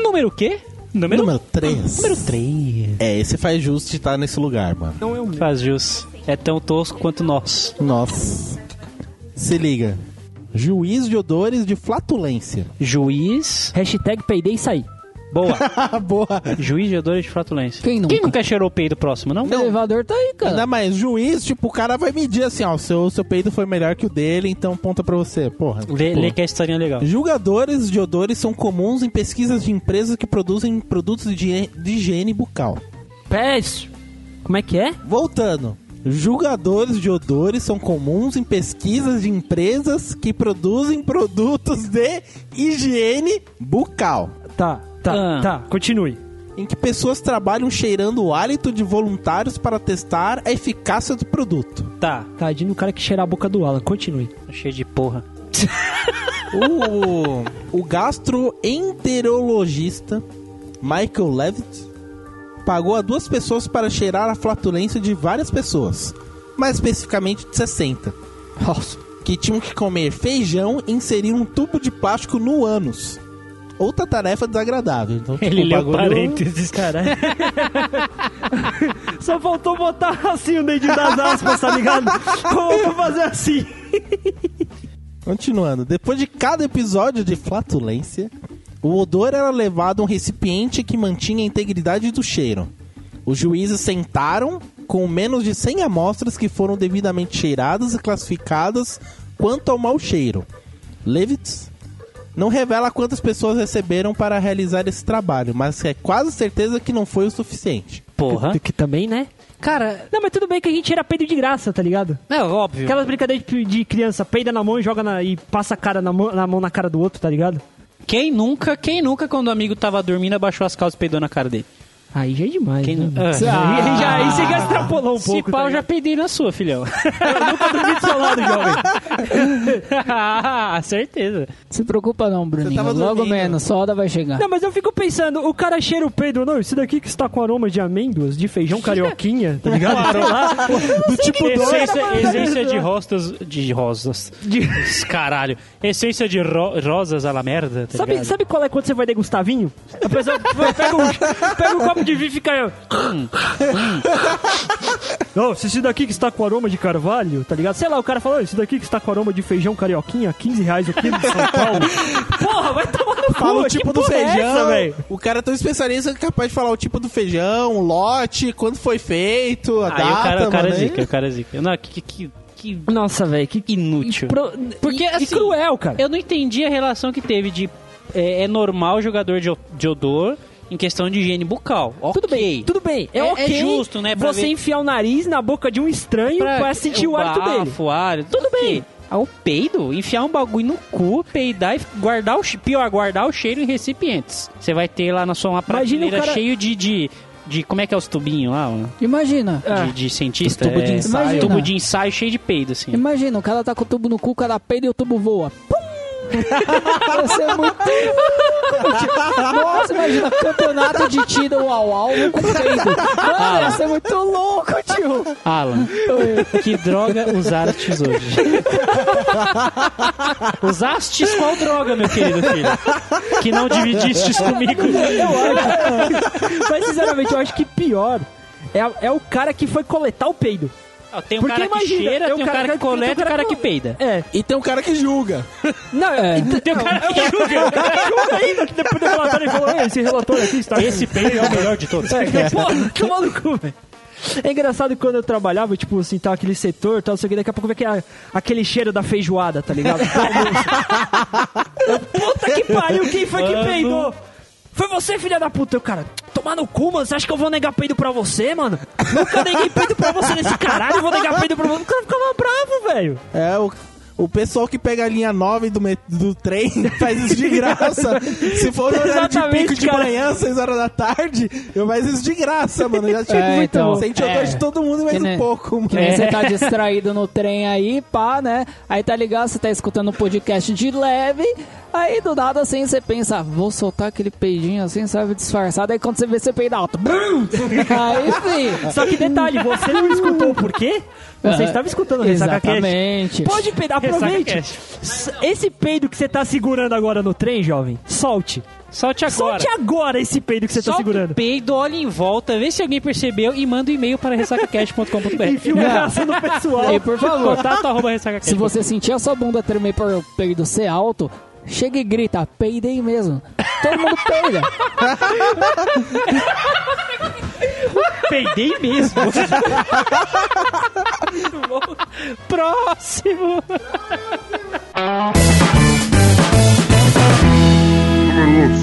Speaker 2: Número o quê? Número,
Speaker 3: Número 3.
Speaker 2: número 3.
Speaker 3: É, esse faz justo de estar nesse lugar, mano.
Speaker 1: Não é um
Speaker 2: Faz jus. É tão tosco quanto nós.
Speaker 3: Nossa. Se liga. Juiz de odores de flatulência.
Speaker 2: Juiz.
Speaker 1: Hashtag peidei e saí.
Speaker 2: Boa.
Speaker 3: Ah, boa.
Speaker 2: Juiz de odores de flatulência.
Speaker 5: Quem nunca?
Speaker 2: Quem nunca cheirou o peido próximo, não?
Speaker 5: O elevador tá aí, cara.
Speaker 3: Ainda mais, juiz, tipo, o cara vai medir assim, ó, o seu, seu peito foi melhor que o dele, então ponta pra você, porra.
Speaker 2: Lê,
Speaker 3: Pô.
Speaker 2: lê que a historinha é legal.
Speaker 3: Julgadores de odores são comuns em pesquisas de empresas que produzem produtos de higiene- de higiene bucal.
Speaker 1: Pés. Como é que é?
Speaker 3: Voltando. Julgadores de odores são comuns em pesquisas de empresas que produzem produtos de higiene bucal,
Speaker 1: Tá, tá,
Speaker 2: Ah.
Speaker 1: tá. Continue.
Speaker 3: em que pessoas trabalham cheirando o hálito de voluntários para testar a eficácia do produto.
Speaker 2: Tá.
Speaker 1: Tadinho o cara que cheira a boca do Alan. Continue.
Speaker 2: Cheio de porra.
Speaker 3: O, o gastroenterologista Michael Levitt pagou a duas pessoas para cheirar a flatulência de várias pessoas, mais especificamente de 60.
Speaker 5: Nossa.
Speaker 3: que tinham que comer feijão e inserir um tubo de plástico no ânus. Outra tarefa desagradável. Então, tipo,
Speaker 2: Ele leu
Speaker 3: bagulho-
Speaker 2: parênteses.
Speaker 1: Caralho. Só faltou botar assim o dedinho das aspas, tá ligado? Como pra fazer assim?
Speaker 3: Continuando. Depois de cada episódio de flatulência, o odor era levado a um recipiente que mantinha a integridade do cheiro. Os juízes sentaram com menos de 100 amostras que foram devidamente cheiradas e classificadas quanto ao mau cheiro. Levitz não revela quantas pessoas receberam para realizar esse trabalho, mas é quase certeza que não foi o suficiente.
Speaker 2: Porra.
Speaker 1: Que também, né?
Speaker 2: Cara,
Speaker 1: Não, mas tudo bem que a gente era peido de graça, tá ligado?
Speaker 2: é óbvio.
Speaker 1: Aquelas brincadeiras de, de criança, peida na mão e joga na, e passa a cara na mão, na mão na cara do outro, tá ligado?
Speaker 2: Quem nunca, quem nunca, quando o amigo tava dormindo, abaixou as calças e peidou na cara dele?
Speaker 1: Aí já é demais.
Speaker 2: Quem
Speaker 1: né?
Speaker 2: nu- Ah,
Speaker 1: Aí, aí já, aí você já extrapolou um
Speaker 2: Se
Speaker 1: pouco.
Speaker 2: pau,
Speaker 1: tá
Speaker 2: já
Speaker 1: ligado?
Speaker 2: peidei na sua, filhão.
Speaker 1: Eu nunca dormi do seu lado, jovem.
Speaker 2: Ah, Certeza.
Speaker 5: Se preocupa não, Bruninho.
Speaker 3: tava
Speaker 5: Logo
Speaker 3: dormindo.
Speaker 5: menos, sua hora vai chegar.
Speaker 1: Não, mas eu fico pensando, o cara cheira o peido, não, isso daqui que está com aroma de amêndoas, de feijão carioquinha, tá ligado? Sei lá.
Speaker 3: Do tipo
Speaker 2: Essência, essência de rostas. De rosas.
Speaker 1: De-
Speaker 2: Caralho. Essência de ro- rosas à la merda. Tá
Speaker 1: Sabe,
Speaker 2: ligado?
Speaker 1: sabe qual é quando você vai degustar vinho? A pessoa pega um, pega um copo de vinho e fica. Não, se isso daqui que está com aroma de carvalho, tá ligado? Sei lá, o cara falou, isso daqui que está com aroma de feijão carioquinha, 15 reais o quilo de São Paulo. Porra, vai tomar no cu.
Speaker 3: Fala o
Speaker 1: que
Speaker 3: tipo do
Speaker 1: porra é
Speaker 3: feijão.
Speaker 1: essa, velho?
Speaker 3: o cara é tão especialista que é capaz de falar o tipo do feijão, o lote, quando foi feito, a
Speaker 2: Aí
Speaker 3: data.
Speaker 2: o cara, o cara é
Speaker 3: mano, aí-
Speaker 2: zica, o cara é zica. Não, que, que, que
Speaker 1: Nossa, velho, que
Speaker 2: inútil.
Speaker 1: pro-
Speaker 2: Porque,
Speaker 1: e- e
Speaker 2: assim,
Speaker 1: cruel, cara.
Speaker 2: Eu não entendi a relação que teve de. É, é normal jogador de, o- de odor em questão de higiene bucal. Ok.
Speaker 1: Tudo bem, tudo bem. É,
Speaker 2: É- é
Speaker 1: ok
Speaker 2: justo, né, pra
Speaker 1: Você
Speaker 2: ver-
Speaker 1: enfiar o nariz na boca de um estranho pra, sentir o hálito dele.
Speaker 2: bafo, o hálito, tudo bem. Ah, o peido, enfiar um bagulho no cu, peidar e guardar o che- pior, guardar o cheiro em recipientes. Você vai ter lá na sua uma
Speaker 1: Imagina o
Speaker 2: prateleira
Speaker 1: cara-
Speaker 2: cheio de, de de como é que é os tubinhos lá, mano?
Speaker 5: Imagina.
Speaker 1: Ah.
Speaker 2: de, de cientista,
Speaker 3: Os tubo de
Speaker 2: é,
Speaker 3: ensaio. né?
Speaker 5: Imagina.
Speaker 2: tubo de ensaio cheio de peido assim.
Speaker 5: Imagina, o cara tá com o tubo no cu, o cara peida e o tubo voa. Pum! Você é muito. Nossa, imagina, campeonato de tiro uau uau com peido.
Speaker 2: Ah,
Speaker 5: Mano, ia ser muito louco, tio.
Speaker 2: Alan, que droga usastes hoje? usastes qual droga, meu querido filho? Que não dividistes comigo.
Speaker 1: Mas, sinceramente, eu acho que pior é, a- é o cara que foi coletar o peido.
Speaker 2: Ah, Tem um
Speaker 1: Porque
Speaker 2: cara
Speaker 1: imagina,
Speaker 2: que cheira, tem um cara, que coleta e
Speaker 1: tem
Speaker 2: um cara que peida.
Speaker 1: É.
Speaker 3: E tem um cara que julga.
Speaker 1: Não, é.
Speaker 2: Tem um cara que
Speaker 1: Julga ainda, né, que depois do relatório ele falou: "Ei, esse relatório aqui está.
Speaker 2: Esse peido é o melhor de todos.
Speaker 1: Porra, que maluco, velho. É engraçado que quando eu trabalhava, tipo assim, tá aquele setor, tal, não sei o que, daqui a pouco vem aquele, aquele cheiro da feijoada, tá ligado? Do almoço. Eu, puta que pariu, quem foi que
Speaker 2: Mano.
Speaker 1: peidou? Foi você, filha da puta, eu, cara. Tomar no cu, mano. Você acha que eu vou negar peido pra você, mano? Nunca neguei peido pra você nesse caralho, eu vou negar peido pra você. O cara ficava bravo, velho.
Speaker 3: É, o, O pessoal que pega a linha 9 do, met- do trem faz isso de graça. Se for no horário de
Speaker 1: Exatamente,
Speaker 3: pico de
Speaker 1: cara.
Speaker 3: manhã, 6 horas da tarde, eu faz isso de graça, mano. Já tinha
Speaker 5: É,
Speaker 3: muito
Speaker 5: então.
Speaker 3: Sente o dor
Speaker 5: É.
Speaker 3: de todo mundo e mais
Speaker 5: Que
Speaker 3: um
Speaker 5: nem-
Speaker 3: pouco, mano.
Speaker 5: Que nem você tá distraído no trem aí, pá, né? Aí tá ligado, você tá escutando um podcast de leve, aí do nada assim você pensa, vou soltar aquele peidinho assim, sabe, disfarçado. Aí quando você vê, você peida alto. Brum! aí sim.
Speaker 1: Só que detalhe, você não escutou o porquê? Você
Speaker 5: Ah,
Speaker 1: estava escutando o Ressaca Cast.
Speaker 5: Exatamente.
Speaker 1: Pode peidar, aproveite.
Speaker 2: Ressaca
Speaker 1: S- Esse peido que você tá segurando agora no trem, jovem, solte.
Speaker 2: Solte agora.
Speaker 1: Solte agora esse peido que você tá
Speaker 2: Solta
Speaker 1: segurando.
Speaker 2: o peido, olha em volta, vê se alguém percebeu e manda um e-mail para
Speaker 1: Enfia
Speaker 2: ressacacast.com.br.
Speaker 1: o braço no pessoal.
Speaker 5: E É. por favor,
Speaker 2: Contato arroba ressacacast.
Speaker 5: se você sentir a sua bunda tremer por peido ser alto, chega e grita, peidei mesmo. Todo mundo peida.
Speaker 1: Peidei mesmo.
Speaker 2: Próximo!
Speaker 7: número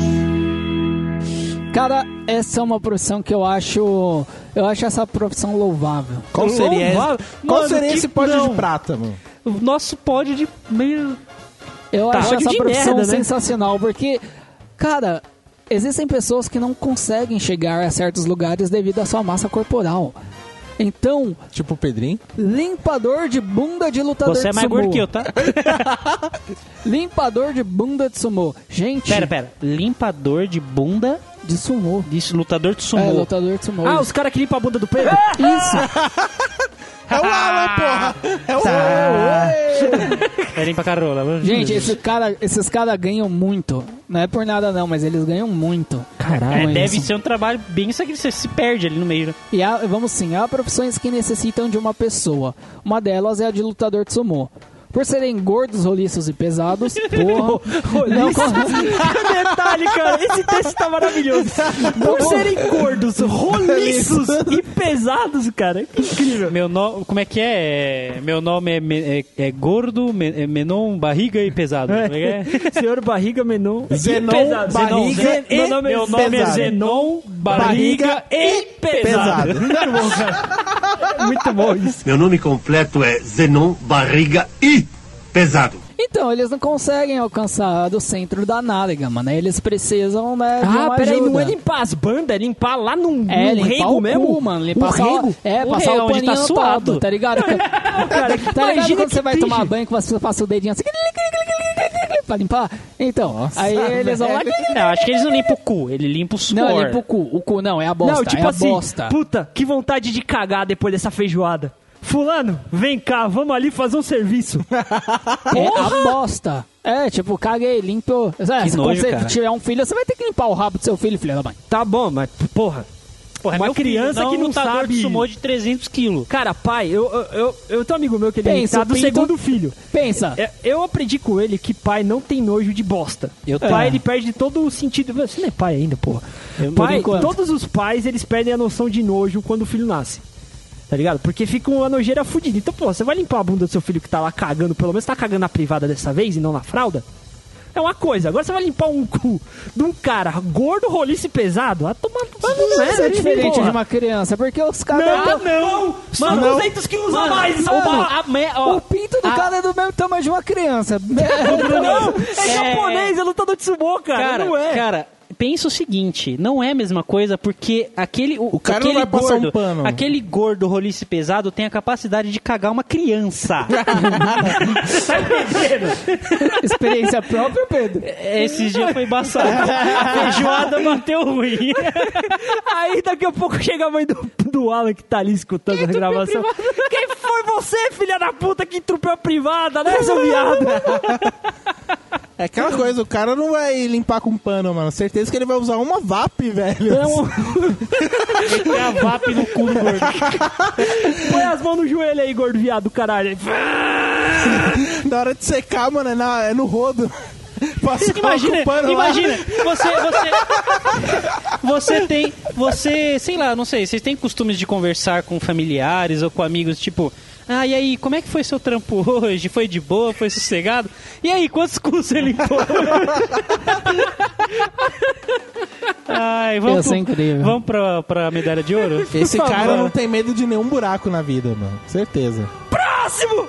Speaker 7: 11,
Speaker 5: Cara, essa é uma profissão que eu acho. Eu acho essa profissão louvável.
Speaker 3: Qual seria, esse-
Speaker 2: Louvável.
Speaker 3: qual
Speaker 2: Mano,
Speaker 3: seria
Speaker 2: que-
Speaker 3: esse pódio
Speaker 2: não.
Speaker 3: de prata, mano?
Speaker 2: O nosso pódio de meio.
Speaker 5: Eu
Speaker 1: Tá,
Speaker 5: acho
Speaker 1: ódio
Speaker 5: essa
Speaker 1: de
Speaker 5: profissão
Speaker 1: merda, né?
Speaker 5: sensacional, porque, cara, existem pessoas que não conseguem chegar a certos lugares devido à sua massa corporal. Então,
Speaker 3: Tipo o Pedrinho?
Speaker 5: limpador de bunda de lutador
Speaker 2: Você é
Speaker 5: de
Speaker 2: mais
Speaker 5: sumô.
Speaker 2: gordo que eu, tá?
Speaker 5: Limpador de bunda de sumô. Gente,
Speaker 2: Pera, pera. Limpador de bunda
Speaker 5: de sumô.
Speaker 2: de lutador de sumô.
Speaker 5: É, lutador de sumô.
Speaker 1: Ah, os caras que limpam a bunda do peido?
Speaker 5: Isso,
Speaker 3: É o Alan, porra! É o
Speaker 2: Tá.
Speaker 3: Alan!
Speaker 2: É limpa carola.
Speaker 5: gente, esse cara, esses caras ganham muito. Não é por nada não, mas eles ganham muito.
Speaker 2: É,
Speaker 5: Caralho.
Speaker 2: deve ser um trabalho bem isso que você se perde ali no meio. né?
Speaker 5: E há, vamos sim, há profissões que necessitam de uma pessoa. Uma delas é a de lutador de sumô. Por serem gordos, roliços e pesados, porra, não, con-
Speaker 1: Detalhe, cara, esse texto tá maravilhoso. Por serem gordos, roliços e pesados, cara. Que incrível.
Speaker 2: Meu nome. Como é que é? É, Meu nome é, me- é- é gordo, me- é menon, barriga e pesado. Como é que é?
Speaker 1: Senhor Barriga Menon. e
Speaker 3: Zenon,
Speaker 1: pesado.
Speaker 3: Barriga
Speaker 1: Zen-
Speaker 3: e
Speaker 1: meu nome, é-
Speaker 2: Meu nome é
Speaker 3: pesado.
Speaker 2: Zenon, barriga,
Speaker 3: Barriga
Speaker 2: e pesado.
Speaker 3: Pesado.
Speaker 1: Muito bom isso.
Speaker 7: meu nome completo é Zenon Barriga e Pesado.
Speaker 5: Então, eles não conseguem alcançar do centro da nádega, mano. Eles precisam, né, de
Speaker 1: Ah,
Speaker 5: uma
Speaker 1: peraí,
Speaker 5: ajuda.
Speaker 1: não é limpar as bandas, é limpar lá num,
Speaker 5: É,
Speaker 1: num
Speaker 5: limpar
Speaker 1: rego
Speaker 5: o
Speaker 1: mesmo?
Speaker 5: cu, mano. Limpar
Speaker 1: o
Speaker 5: só-
Speaker 1: rego?
Speaker 5: É,
Speaker 2: O
Speaker 5: passar
Speaker 2: rego,
Speaker 5: o
Speaker 2: onde
Speaker 5: paninho
Speaker 2: tá
Speaker 5: todo,
Speaker 2: suado.
Speaker 5: tá ligado?
Speaker 1: Cara,
Speaker 5: Tá ligado
Speaker 1: imagina
Speaker 5: quando
Speaker 1: que
Speaker 5: você vai
Speaker 1: triste.
Speaker 5: tomar banho que você passa o dedinho assim pra limpar? Então, aí eles
Speaker 1: né?
Speaker 5: vão lá.
Speaker 1: é
Speaker 2: Não, É, acho que eles não limpam o cu, ele limpa o suor.
Speaker 5: Não, limpa o cu. O cu não, é a bosta.
Speaker 1: não, tipo
Speaker 5: é a
Speaker 1: assim,
Speaker 5: bosta.
Speaker 1: puta, que vontade de cagar depois dessa feijoada. Fulano, vem cá, vamos ali fazer um serviço.
Speaker 5: É a bosta. É, tipo, caguei, limpo. É, se
Speaker 2: nojo,
Speaker 5: você
Speaker 2: cara.
Speaker 5: tiver um filho, você vai ter que limpar o rabo do seu filho, filha da mãe.
Speaker 1: tá bom, mas porra.
Speaker 2: Porra, é
Speaker 1: Uma
Speaker 2: meu filho,
Speaker 1: criança que
Speaker 2: um
Speaker 1: não
Speaker 2: lutador
Speaker 1: sabe-
Speaker 2: de sumô de 300 quilos.
Speaker 1: Cara, pai, eu, eu, eu, eu tenho um amigo meu que ele
Speaker 5: Pensa,
Speaker 1: tá do
Speaker 5: o pinto-
Speaker 1: segundo filho.
Speaker 5: Pensa.
Speaker 1: É, Eu aprendi com ele que pai não tem nojo de bosta.
Speaker 2: Eu tenho.
Speaker 1: pai, ele perde todo o sentido. Você não é pai ainda, porra. pai,
Speaker 5: enquanto.
Speaker 1: todos os pais, eles perdem a noção de nojo quando o filho nasce. Tá ligado? Porque fica uma nojeira fudida. Então, pô, você vai limpar a bunda do seu filho que tá lá cagando, pelo menos tá cagando na privada dessa vez e não na fralda? É uma coisa. Agora você vai limpar um cu de um cara gordo, roliço e pesado? Ah, toma... Mas não
Speaker 5: Isso
Speaker 1: né,
Speaker 5: é diferente
Speaker 1: porra?
Speaker 5: de uma Ah, criança, porque os caras.
Speaker 1: Não, não! São
Speaker 2: Mano,
Speaker 1: 200 quilos a mais!
Speaker 2: Mas,
Speaker 1: só
Speaker 5: é.
Speaker 1: pra-
Speaker 2: a me- ó,
Speaker 5: O pinto do cara é do mesmo tamanho de uma criança.
Speaker 1: Não, é, japonês, é lutador de sumô, cara.
Speaker 2: cara,
Speaker 1: não é.
Speaker 2: cara, pensa o seguinte, não é a mesma coisa porque aquele o,
Speaker 3: cara não
Speaker 2: aquele
Speaker 3: vai passar um
Speaker 2: gordo,
Speaker 3: pano.
Speaker 2: aquele gordo roliço e pesado tem a capacidade de cagar uma criança.
Speaker 5: Experiência própria, Pedro.
Speaker 1: É,
Speaker 2: Esses dias foi embaçado. A feijoada bateu ruim.
Speaker 1: Aí daqui a pouco chega a mãe do, do Alan que tá ali escutando a gravação. Quem foi você, filha da puta, que entrupeu a privada, né, seu viado?
Speaker 3: É aquela coisa, o cara não vai limpar com pano, mano. Certeza que ele vai usar uma VAP, velho.
Speaker 1: É um,
Speaker 2: Tem É a VAP no cu do gordo.
Speaker 1: Põe as mãos no joelho aí, gordo viado, caralho.
Speaker 3: Na hora de secar, mano, é, na- é no rodo. Passa
Speaker 2: Imagina,
Speaker 3: com pano lá.
Speaker 2: imagina, você, você, você tem, você, sei lá, não sei, vocês têm costumes de conversar com familiares ou com amigos, tipo, ah, e aí, como é que foi seu trampo hoje? Foi de boa? Foi sossegado? E aí, quantos cus você limpou? Ai,
Speaker 5: Ia
Speaker 2: vamos,
Speaker 5: ser
Speaker 2: pro-
Speaker 5: incrível.
Speaker 2: vamos pra, pra medalha de ouro?
Speaker 3: Esse
Speaker 1: Por
Speaker 3: cara
Speaker 2: é
Speaker 1: favor.
Speaker 2: um
Speaker 3: não tem medo de nenhum buraco na vida, mano. Certeza.
Speaker 1: Próximo!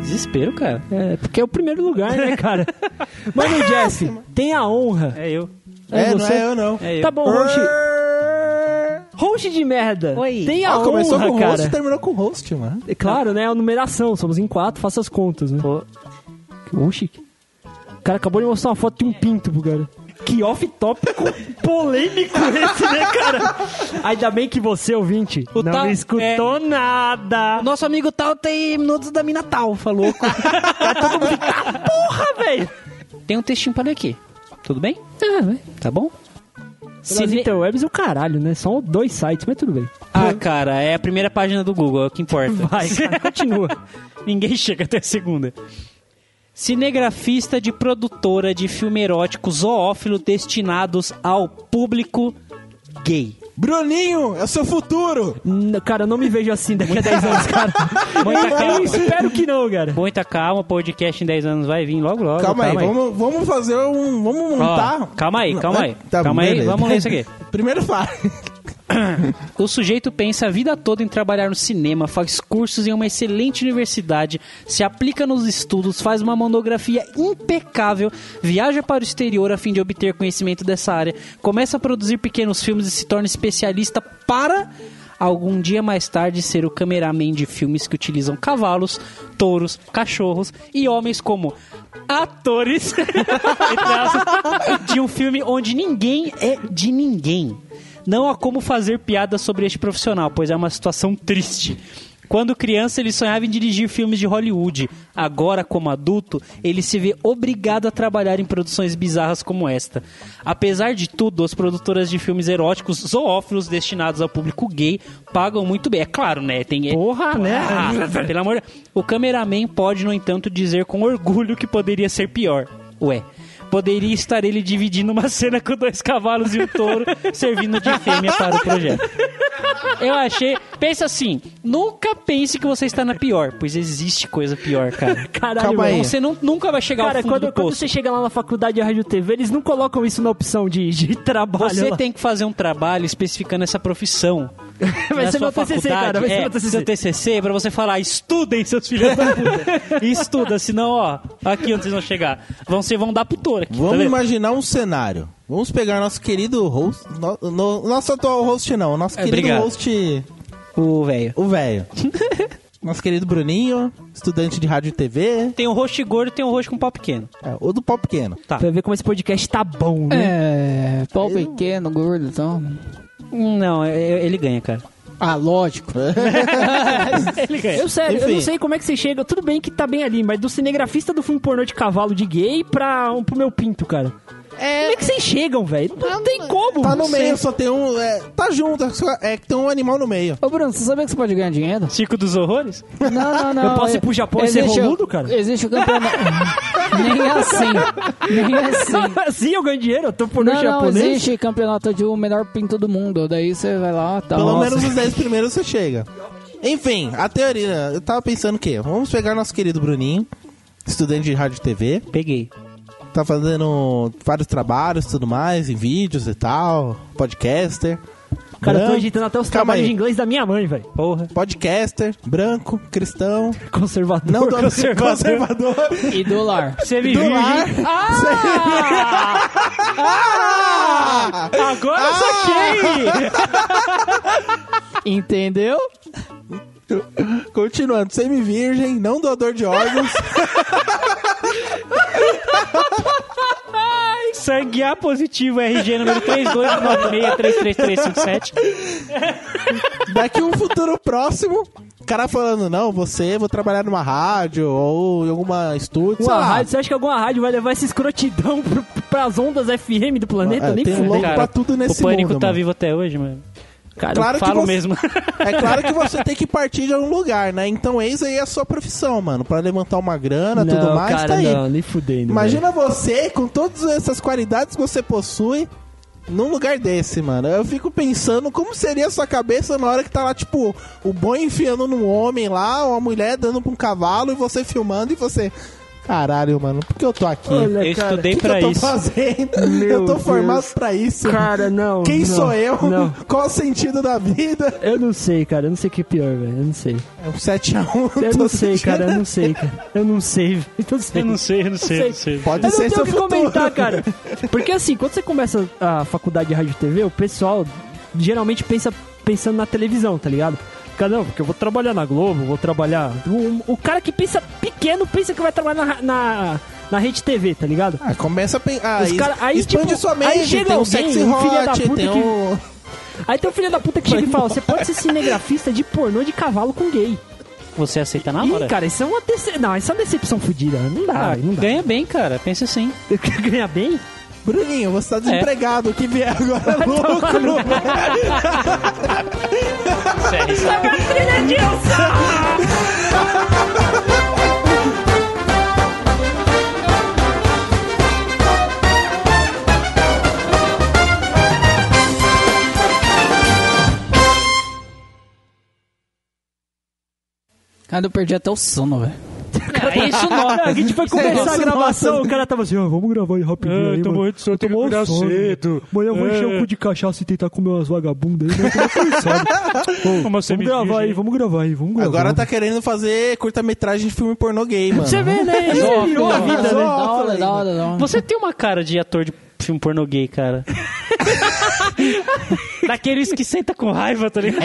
Speaker 2: desespero, cara.
Speaker 1: É, porque é o primeiro lugar, né, cara? Mano, Jeff, tem a honra.
Speaker 2: É eu.
Speaker 1: É,
Speaker 3: não
Speaker 1: você?
Speaker 3: é eu, não.
Speaker 2: É eu.
Speaker 1: Tá bom, host. Host de merda.
Speaker 2: Oi.
Speaker 1: Tem a
Speaker 3: Ah,
Speaker 1: honra,
Speaker 3: começou com o
Speaker 1: cara.
Speaker 3: host e terminou com o host, mano.
Speaker 1: É claro, né? É a numeração. Somos em quatro, faça as contas, né?
Speaker 2: Pô,
Speaker 1: Oxi. O cara acabou de mostrar uma foto de um pinto pro cara. Que off-tópico polêmico esse, né, cara? Ainda bem que você, ouvinte,
Speaker 2: O
Speaker 1: não
Speaker 2: tal- é.
Speaker 1: me escutou nada.
Speaker 2: Nosso amigo tal tem minutos da mina tal, falou.
Speaker 1: Porra, Ah, velho!
Speaker 2: tem um textinho pra ler aqui. Tudo bem?
Speaker 1: Ah, velho.
Speaker 2: Tá bom?
Speaker 1: Nas
Speaker 2: Cine-
Speaker 1: interwebs é o caralho, né? São dois sites, mas tudo bem.
Speaker 2: Ah, cara, é a primeira página do Google, é o que importa.
Speaker 1: Vai, cara, continua.
Speaker 2: Ninguém chega até a segunda. Cinegrafista de produtora de filme erótico zoófilo destinados ao público gay.
Speaker 3: Bruninho, é o seu futuro!
Speaker 1: N- Cara, eu não me vejo assim daqui a 10 anos, cara.
Speaker 2: Muita
Speaker 1: Eu
Speaker 2: tá calma.
Speaker 1: espero que não, cara.
Speaker 2: Muita calma, podcast em 10 anos vai vir logo logo.
Speaker 3: Calma, aí, Vamos, vamos fazer um. Vamos montar.
Speaker 2: calma aí,
Speaker 3: Não,
Speaker 2: calma
Speaker 3: é-
Speaker 2: aí.
Speaker 3: tá,
Speaker 2: Calma aí,
Speaker 3: beleza.
Speaker 2: vamos ler isso aqui.
Speaker 3: Primeiro fala.
Speaker 2: O sujeito pensa a vida toda em trabalhar no cinema, faz cursos em uma excelente universidade, se aplica nos estudos, faz uma monografia impecável, viaja para o exterior a fim de obter conhecimento dessa área, começa a produzir pequenos filmes e se torna especialista para algum dia mais tarde ser o cameraman de filmes que utilizam cavalos, touros, cachorros e homens como atores entre aspas, de um filme onde ninguém é de ninguém. Não há como fazer piada sobre este profissional, pois é uma situação triste. Quando criança, ele sonhava em dirigir filmes de Hollywood. Agora, como adulto, ele se vê obrigado a trabalhar em produções bizarras como esta. Apesar de tudo, as produtoras de filmes eróticos zoófilos destinados ao público gay pagam muito bem. É claro, né? Tem,
Speaker 1: Porra, né?
Speaker 2: ah, pelo amor de... O cameraman pode, no entanto, dizer com orgulho que poderia ser pior. Ué. Poderia estar ele dividindo uma cena com dois cavalos e um touro, servindo de fêmea para o projeto. Eu achei. Pensa assim: nunca pense que você está na pior, pois existe coisa pior, cara.
Speaker 1: Caralho,
Speaker 3: Calma aí.
Speaker 1: velho.
Speaker 2: Você não, nunca vai chegar ao
Speaker 1: Cara,
Speaker 2: fundo
Speaker 1: quando,
Speaker 2: do
Speaker 1: quando
Speaker 2: poço.
Speaker 1: você chega lá na faculdade de rádio e TV, eles não colocam isso na opção de, de trabalho.
Speaker 2: Você
Speaker 1: lá.
Speaker 2: tem que fazer um trabalho especificando essa profissão.
Speaker 1: Vai
Speaker 2: na
Speaker 1: ser
Speaker 2: sua
Speaker 1: meu TCC,
Speaker 2: faculdade.
Speaker 1: cara, vai ser
Speaker 2: é,
Speaker 1: meu TCC.
Speaker 2: Seu TCC pra você falar, estudem, seus filhos da puta. Estuda, senão, ó, aqui onde vocês vão chegar. Vão, ser, vão dar pro touro aqui, tá
Speaker 3: Vamos
Speaker 2: vendo?
Speaker 3: imaginar um cenário. Vamos pegar nosso querido host. No, no- nosso atual host, não. Nosso querido
Speaker 2: obrigado.
Speaker 3: host.
Speaker 2: O velho.
Speaker 3: O velho. nosso querido Bruninho, estudante de rádio e TV.
Speaker 2: Tem um rosto gordo e tem um rosto com pau pequeno.
Speaker 3: É, o do pau pequeno.
Speaker 2: Tá.
Speaker 1: Pra ver como esse podcast tá bom, né?
Speaker 5: É, pau pequeno, gordo, então.
Speaker 1: Hum,
Speaker 2: Não, é- ele ganha, cara.
Speaker 5: Ah, lógico.
Speaker 2: Ele ganha.
Speaker 1: Eu sério, eu
Speaker 3: Enfim.
Speaker 1: não sei como é que você chega. Tudo bem que tá bem ali, mas do cinegrafista do filme pornô de cavalo de gay pra, um, pro meu pinto, cara. Como é que vocês chegam, velho? Não, tem como.
Speaker 3: Tá no
Speaker 1: Não sei.
Speaker 3: meio, só tem um. é, tá junto, é que só- é que tem um animal no meio.
Speaker 5: Ô, Bruno, você sabia que você pode ganhar dinheiro?
Speaker 2: Circo dos horrores?
Speaker 5: Não, não, não.
Speaker 1: Eu
Speaker 5: é,
Speaker 1: posso ir pro Japão e ser
Speaker 5: Existe o-
Speaker 1: roludo, cara?
Speaker 5: Existe o campeonato. Nem assim. Nem assim.
Speaker 1: assim eu ganho dinheiro, eu tô pornô
Speaker 5: Não, não,
Speaker 1: japonês.
Speaker 5: existe campeonato de o melhor pinto do mundo. Daí você vai lá, tá.
Speaker 3: Pelo
Speaker 5: Nossa.
Speaker 3: menos os 10 primeiros você chega. Enfim, a teoria. Eu tava pensando o quê? Vamos pegar nosso querido Bruninho, estudante de rádio e TV.
Speaker 2: Peguei.
Speaker 3: Tá fazendo vários trabalhos e tudo mais, em vídeos e tal, podcaster.
Speaker 1: Cara, eu tô
Speaker 3: branco-
Speaker 1: agitando até os
Speaker 3: Calma
Speaker 1: trabalhos
Speaker 3: aí.
Speaker 1: de inglês da minha mãe, velho.
Speaker 2: Porra.
Speaker 3: Podcaster, branco, cristão,
Speaker 1: Conservador.
Speaker 3: não do
Speaker 2: conservador.
Speaker 3: conservador,
Speaker 5: E do lar.
Speaker 2: Você me
Speaker 3: do
Speaker 2: viu,
Speaker 3: lar.
Speaker 2: gente?
Speaker 1: Agora eu saquei!
Speaker 3: Ah!
Speaker 5: Entendeu?
Speaker 3: Continuando, semi-virgem, não doador de órgãos,
Speaker 2: Sangue A positivo, RG número 3296333357.
Speaker 3: daqui um futuro próximo, o cara falando, não, você, vou trabalhar numa rádio ou em alguma estúdio, sei
Speaker 1: Uma
Speaker 3: lá.
Speaker 1: rádio, você acha que alguma rádio vai levar essa escrotidão pro, pras ondas FM do planeta?
Speaker 3: É,
Speaker 1: tá Nem
Speaker 3: tem um
Speaker 1: fudeu.
Speaker 3: louco pra tudo nesse
Speaker 2: O pânico
Speaker 3: mundo,
Speaker 2: tá
Speaker 3: mano.
Speaker 2: vivo até hoje, mano.
Speaker 1: Cara,
Speaker 3: Claro
Speaker 2: Eu
Speaker 3: que
Speaker 2: falo
Speaker 3: você-
Speaker 2: mesmo.
Speaker 3: É claro que você tem que partir de algum lugar, né? Então eis aí a sua profissão, mano. Pra levantar uma grana,
Speaker 1: não,
Speaker 3: tudo mais,
Speaker 1: cara,
Speaker 3: tá aí.
Speaker 1: não, nem fudendo.
Speaker 3: Imagina você, com todas essas qualidades que você possui, num lugar desse, mano. Eu fico pensando como seria a sua cabeça na hora que tá lá, tipo, o boi enfiando num homem lá, uma mulher dando pra um cavalo e você filmando e você. Caralho, mano, por que eu tô aqui?
Speaker 1: Olha,
Speaker 3: O
Speaker 1: cara,
Speaker 2: eu estudei
Speaker 3: que, que
Speaker 2: pra
Speaker 3: eu tô
Speaker 2: isso.
Speaker 3: fazendo?
Speaker 1: Meu
Speaker 3: eu tô
Speaker 1: Deus.
Speaker 3: formado pra isso.
Speaker 1: Cara, não.
Speaker 3: Quem
Speaker 1: não,
Speaker 3: sou eu?
Speaker 1: Não.
Speaker 3: Qual o sentido da vida?
Speaker 1: Eu não sei, cara. Eu não sei o que é pior, velho. Eu não sei.
Speaker 3: É um 7x1.
Speaker 1: Eu não sei, cara. Eu não sei, cara. Eu não sei, velho. Eu não sei.
Speaker 2: Eu não sei, eu não sei, eu não sei.
Speaker 3: Pode
Speaker 1: Eu não
Speaker 3: ser
Speaker 1: tenho
Speaker 3: seu
Speaker 1: o que
Speaker 3: futuro.
Speaker 1: comentar, cara. Porque assim, quando você começa a faculdade de rádio e TV, o pessoal geralmente pensa pensando na televisão, tá ligado? Cara, não, porque eu vou trabalhar na Globo, vou trabalhar. O, o cara que pensa pequeno pensa que vai trabalhar na, na, na rede TV, tá ligado?
Speaker 3: Ah, começa a pensar.
Speaker 1: Os cara- aí,
Speaker 3: expande
Speaker 1: tipo,
Speaker 3: sua mente.
Speaker 1: aí chega
Speaker 3: tem um
Speaker 1: alguém,
Speaker 3: sexy
Speaker 1: um filho da
Speaker 3: hot,
Speaker 1: puta
Speaker 3: tem
Speaker 1: que-
Speaker 3: um.
Speaker 1: Aí tem um filho da puta que chega e fala: você pode ser cinegrafista de pornô de cavalo com gay.
Speaker 2: Você aceita na hora?
Speaker 1: Ih, cara, isso é uma decepção. Não, isso é uma decepção fodida. Não dá,
Speaker 2: Ah,
Speaker 1: velho, não dá.
Speaker 2: ganha bem, cara. Pensa assim.
Speaker 1: Ganha bem?
Speaker 3: Bruninho, você tá desempregado. O que vier agora é lucro.
Speaker 5: Cara, eu perdi até o sono, velho.
Speaker 2: É isso
Speaker 1: Não, a gente foi começar a
Speaker 3: nossa,
Speaker 1: gravação, o cara tava assim, ó, vamos gravar aí rapidinho. aí, mano.
Speaker 2: morrendo de sono,
Speaker 1: Eu tomou um sono. Amanhã eu vou encher o cu de cachaça e tentar comer umas vagabundas aí, mas eu tô cansado. Ô, vamos gravar aí, vamos gravar aí, vamos gravar.
Speaker 3: Agora tá querendo fazer curta-metragem de filme pornô gay, mano.
Speaker 1: Você vê, né? Ele virou a vida,
Speaker 5: Da
Speaker 1: né?
Speaker 5: hora, da hora, da hora.
Speaker 2: Você tem uma cara de ator de filme pornô gay, cara. Daqueles que senta com raiva, tá
Speaker 1: É.
Speaker 2: ligado?